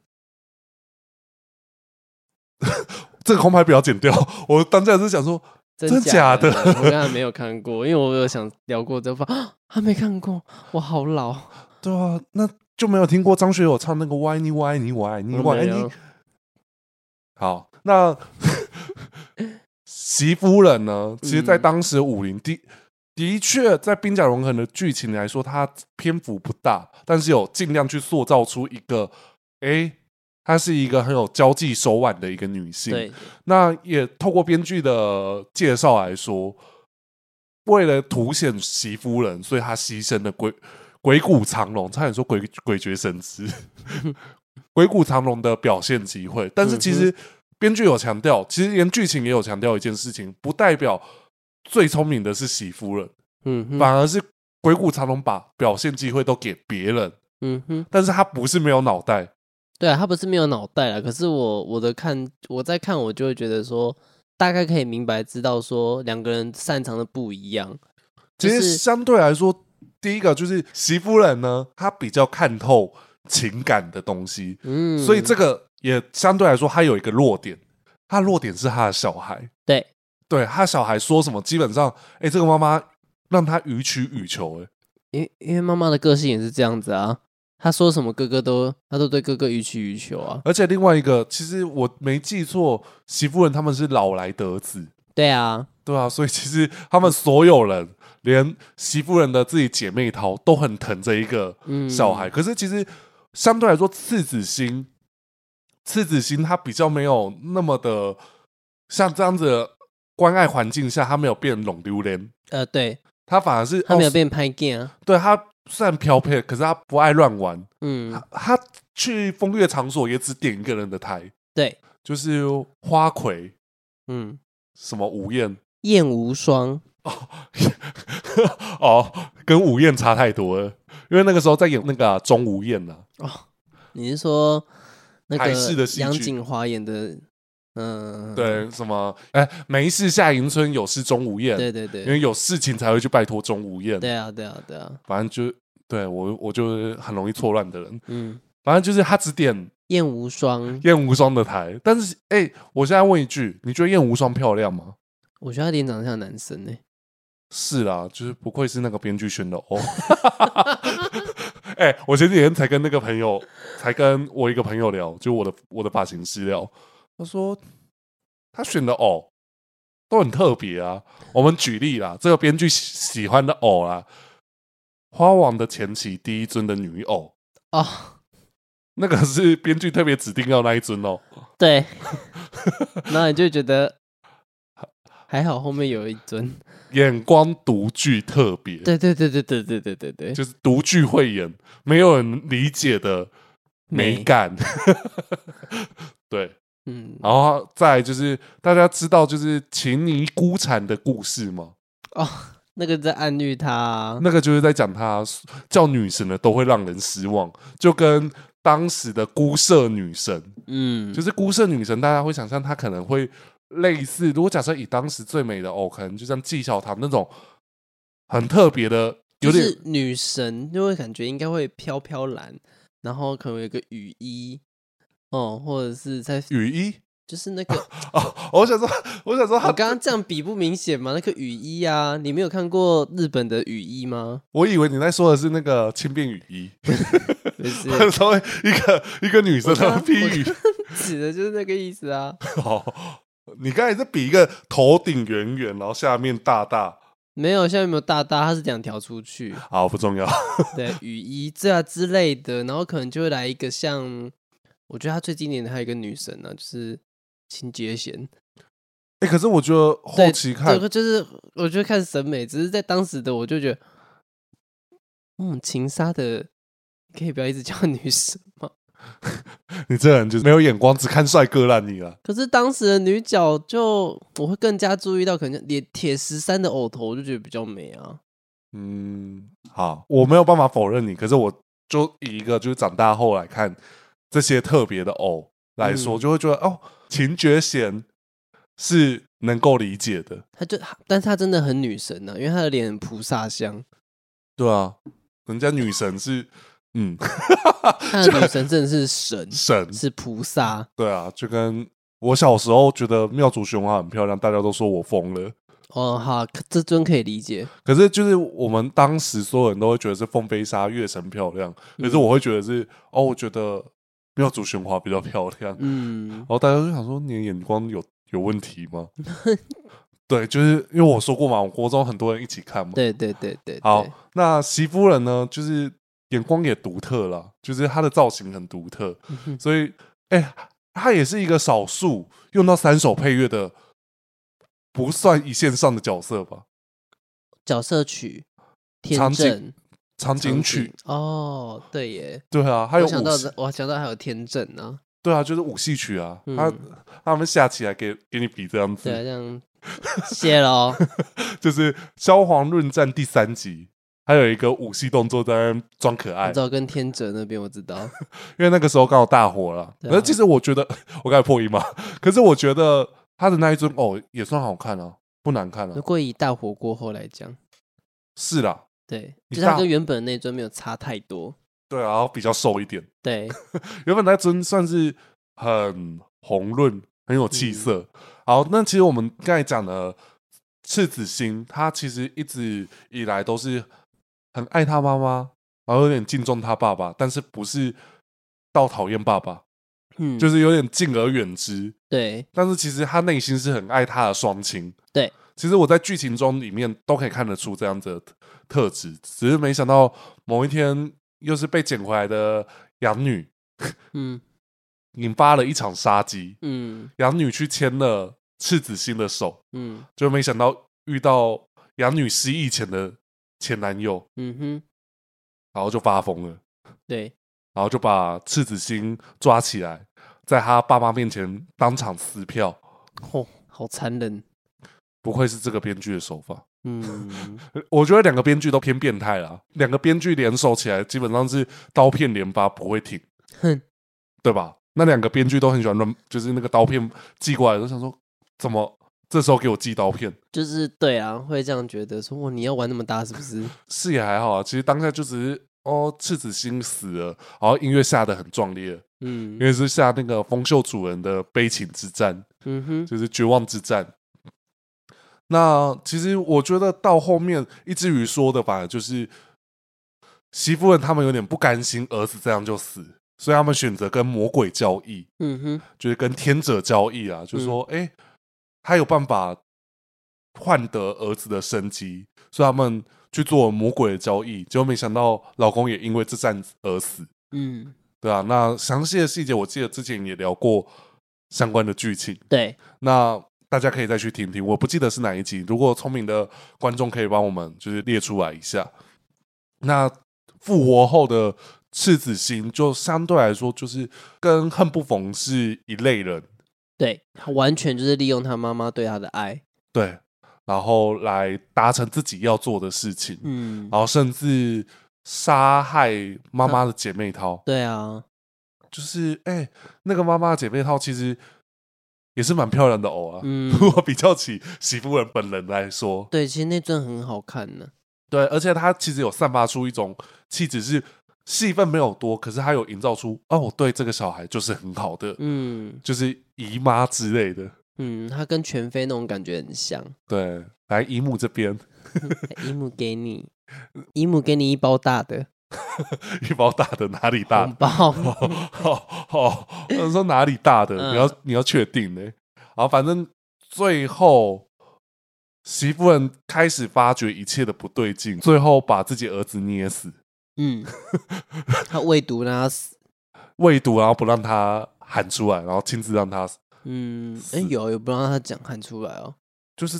这个空拍不要剪掉。我当下是想说，真假假的 <laughs> 我刚才没有看过，因为我有想聊过这方，啊 <gasps> 他没看过，我好老，对啊，那就没有听过张学友唱那个歪你歪你歪 <laughs> 你我歪没你有。好，那 <laughs> 席夫人呢？其实，在当时武林的的确在冰甲融合的剧情来说，它篇幅不大，但是有尽量去塑造出一个，诶，她是一个很有交际手腕的一个女性。对，那也透过编剧的介绍来说，为了凸显席夫人，所以他牺牲了鬼鬼谷藏龙，差点说鬼鬼绝神之鬼谷藏龙的表现机会。但是其实编剧有强调，其实连剧情也有强调一件事情，不代表最聪明的是席夫人，嗯哼，反而是鬼谷藏龙把表现机会都给别人，嗯哼，但是他不是没有脑袋。对啊，他不是没有脑袋啦，可是我我的看我在看，我就会觉得说，大概可以明白知道说两个人擅长的不一样，其就实是相对来说，第一个就是媳夫人呢，她比较看透情感的东西，嗯，所以这个也相对来说，她有一个弱点，她的弱点是她的小孩，对对她小孩说什么，基本上，哎、这个妈妈让她予取予求、哎，因因为妈妈的个性也是这样子啊，她说什么哥哥都，她都对哥哥予取予求啊。而且另外一个，其实我没记错，媳夫人他们是老来得子，对啊，对啊，所以其实他们所有人，连媳妇人的自己姐妹淘都很疼这一个嗯小孩。可是其实相对来说，赤子心，赤子心他比较没有那么的像这样子的关爱环境下，他没有变拢丢脸，呃，对，他反而是她没有哦变拍 gay 啊，对他虽然飘配，可是他不爱乱玩，嗯，他他去风月场所也只点一个人的台，对，就是花魁嗯，什么吴燕。燕无双， <laughs> 哦，跟午宴差太多了，因为那个时候在演那个、啊、钟无艳呐、你是说那台式个的戏杨剧锦华演的？嗯，对，什么哎，没事下迎春有事钟无艳，对对因对，为有事情才会去拜托钟无艳，对啊对啊对啊，反正就对我我就是很容易错乱的人，嗯，反正就是他只点燕无双，燕无双的台，但是哎，我现在问一句，你觉得燕无双漂亮吗？我觉得他脸长得像男生呢、欸是啦，就是不愧是那个编剧选的哦。 <laughs> 哎、我前几天才跟那个朋友，才跟我一个朋友聊，就我的我的发型师聊，他说他选的偶都很特别啊。我们举例啦，这个编剧喜喜欢的偶啦，花王的前期第一尊的女偶，哦，那个是编剧特别指定要那一尊哦。 <laughs> 对，然后你就觉得还好后面有一 <laughs> 尊，眼光独具特别，对对对对对对对对 <laughs> 对，就是独具慧眼，没有人理解的美美感。对，嗯，然后再来就是大家知道就是秦尼孤产的故事吗？哦，那个在暗喻他、啊，那个就是在讲她叫女神的都会让人失望，就跟当时的孤舍女神，嗯，就是孤舍女神，大家会想象她可能会类似，如果假设以当时最美的哦，可能就像纪晓棠那种很特别的，有就点是女神，就会感觉应该会飘飘然，然后可能有一个雨衣，哦，或者 <laughs> 是在雨衣就是那个，哦，我想说，我想说 <laughs> 我她刚刚这样比不明显嘛，那个雨衣啊，你没有看过日本的雨衣 <laughs> 吗？我以为你在说的是那个轻便雨衣，就是 <laughs> 那时候一个一个女生的披雨。指的就是那个意思啊， <laughs> 好，你刚才是比一个头顶圆圆，然后下面大大，没有，现在有没有大大，它是两条 <laughs> 出去，好不重要。对，雨衣这啊之类的，然后可能就会来一个像，我觉得他最经典的还有一个女神呢、啊，就是清洁贤。哎、可是我觉得对后期看这个就是我觉得看审美，只是在当时的我就觉得嗯，情杀的，可以不要一直叫女神吗？你这人就是没有眼光，只看帅哥啦你了。可是当时的女角就我会更加注意到，可能连铁十三的偶头我就觉得比较美啊。嗯，好，我没有办法否认你，可是我就以一个就是长大后来看这些特别的偶来说，嗯就会觉得哦，秦觉贤是能够理解的，她就，但是她真的很女神呐、啊，因为她的脸很菩萨 <laughs> 像，对啊，人家女神是嗯她的女神真的 <laughs> 是神，神，是菩萨对啊，就跟我小时候觉得妙竹雄花很漂亮，大家都说我疯了，哦。好，可这尊可以理解，可是就是我们当时所有人都会觉得是凤飞沙月神漂亮，可是我会觉得是、哦，我觉得妙竹雄花比较漂亮。<laughs> 嗯然，后大家就想说你的眼光有有问题吗？对，就是因为我说过嘛，我国中很多人一起看嘛。对对对对，好对，那席夫人呢，就是眼光也独特啦，就是她的造型很独特，嗯哼所以哎、她也是一个少数用到三首配乐的，不算一线上的角色吧？角色曲天场景正场景曲，哦，对耶，对啊，还有我想舞到戏，我想到还有天正啊，对啊，就是舞戏曲啊，嗯他他们下起来给给你比这样对啊，子，这样谢 <laughs> 喽。就是《萧煌论战》第三集，还有一个武戏动作在那边装可爱我知，道跟天哲那边我知 <laughs> 道，因为那个时候刚好大火了。对可啊是其实我觉得， <laughs> 我刚才破音嘛，可是我觉得他的那一尊哦也算好看啊，不难看如啊，果以大火过后来讲，是啦，对，你就是它大跟原本那尊没有差太多。对啊，然后比较瘦一点， <laughs> 对，原本那尊算是很红润，很有气色。嗯好，那其实我们刚才讲的赤子心，他其实一直以来都是很爱他妈妈，然后有点敬重他爸爸，但是不是到讨厌爸爸，嗯，就是有点敬而远之。对，但是其实他内心是很爱他的双亲。对，其实我在剧情中里面都可以看得出这样子的特特质，只是没想到某一天又是被捡回来的养女，嗯引发了一场杀机。嗯养女去牵了赤子心的手，嗯就没想到遇到养女失忆前的前男友，嗯哼，然后就发疯了，对，然后就把赤子心抓起来，在他爸妈面前当场撕票。吼、好残忍。不愧是这个编剧的手法， <laughs> 嗯呃我觉得两个编剧都偏变态啦。两个编剧联手起来，基本上是刀片连发不会停，哼，对吧？那两个编剧都很喜欢乱，就是那个刀片寄过来，我就想说怎么这时候给我寄刀片？就是对啊，会这样觉得说，哇，你要玩那么大是不是？是也还好啊，其实当下就只是哦，赤子心死了，然后音乐下的很壮烈，因嗯为是下那个丰秀主人的悲情之战，嗯哼，就是绝望之战。那其实我觉得到后面，一之于说的吧，就是媳妇人他们有点不甘心儿子这样就死，所以他们选择跟魔鬼交易，嗯哼，就是跟天者交易啊，就是说，哎、他有办法换得儿子的生机，所以他们去做魔鬼的交易，结果没想到老公也因为这战而死，嗯，对啊，那详细的细节我记得之前也聊过相关的剧情，对，那大家可以再去听听，我不记得是哪一集，如果聪明的观众可以帮我们就是列出来一下。那复活后的赤子心就相对来说就是跟恨不逢是一类人，对，他完全就是利用他妈妈对他的爱。对，然后来达成自己要做的事情，嗯，然后甚至杀害妈妈的姐妹淘，对啊，就是哎、那个妈妈的姐妹淘其实也是蛮漂亮的偶啊。 <laughs> 嗯，如果比较起媳妇人本人来说，对，其实那尊很好看呢、对，而且她其实有散发出一种气质是。戏份没有多，可是她有营造出哦，我对这个小孩就是很好的，嗯就是姨妈之类的。嗯，他跟全飞那种感觉很像。对，来姨母这边姨母给你，姨母给你一包大的一包大的哪里大红包。 <laughs> 好好，我说哪里大的？嗯你要你要确定呢、然后反正最后媳妇人开始发觉一切的不对劲，最后把自己儿子捏死， <laughs> 嗯，他未读让他死。喂毒，然后不让他喊出来，然后亲自让他死，嗯，哎、死有有不让他讲喊出来哦，就是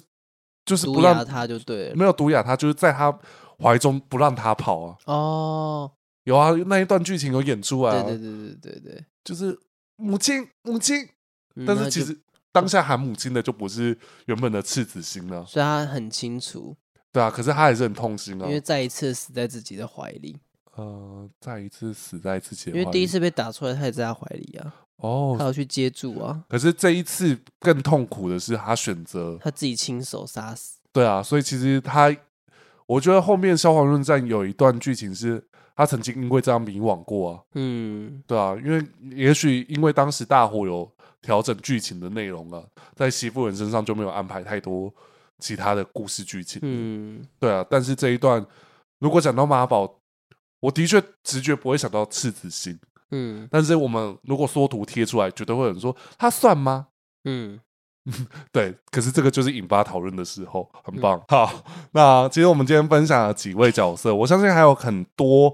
就是不毒哑让他就对了。没有毒哑他，就是在他怀中不让他跑啊。哦，有啊，那一段剧情有演出来、啊，对对对对对对。就是母亲母亲，嗯但是那就其实当下喊母亲的就不是原本的赤子心了、所以他很清楚，对啊，可是他还是很痛心啊因。为再一次死在自己的怀里，呃，再一次死在自己因的为怀第一里次被打出来，他也在他怀里啊，他啊哦，要去接住啊，可是这一次更痛苦的是他选择他自己亲手杀死。对啊，所以其实他，我觉得后面消防论战有一段剧情是他曾经因为这样迷惘过啊，嗯，对啊，因为也许因为当时大火有调整剧情的内容啊，在媳妇人身上就没有安排太多其他的故事剧情，嗯，对啊，但是这一段如果讲到妈宝，我的确直觉不会想到赤子心，嗯，但是我们如果缩图贴出来，绝对会有人说他算吗？嗯，对，可是这个就是引发讨论的时候，嗯很棒。好，那其实我们今天分享了几位角色，我相信还有很多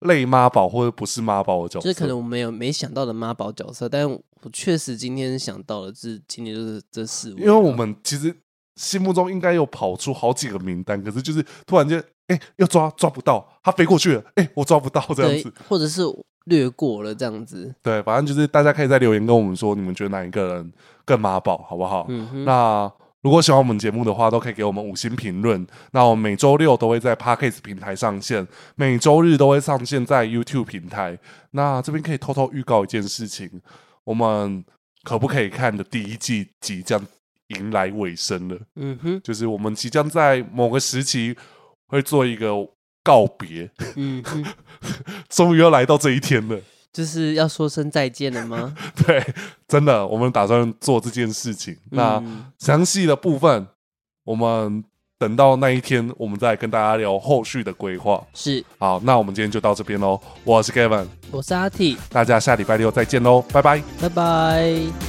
类妈宝或者不是妈宝的角色，就是可能我没有没想到的妈宝角色，但我确实今天想到的是今天就是这四位啊，因为我们其实心目中应该有跑出好几个名单，可是就是突然间，哎、要抓抓不到，他飞过去了，哎、我抓不到这样对子。，或者是略过了这样子，对，反正就是大家可以在留言跟我们说，你们觉得哪一个人更妈宝，好不好？嗯哼，那如果喜欢我们节目的话，都可以给我们五星评论。那我们每周六都会在 Podcast 平台上线，每周日都会上线在 YouTube 平台。那这边可以偷偷预告一件事情，我们可不可以看的第一季即将迎来尾声了，嗯哼，就是我们即将在某个时期会做一个告别， <laughs> 嗯哼，终于要来到这一天了。就是要说声再见了吗？对，真的，我们打算做这件事情。 <laughs> 那、嗯详细的部分，我们等到那一天，我们再跟大家聊后续的规划。是，好，那我们今天就到这边喽。我是 Gavin，我是阿 T，大家下礼拜六再见喽，拜拜。拜拜。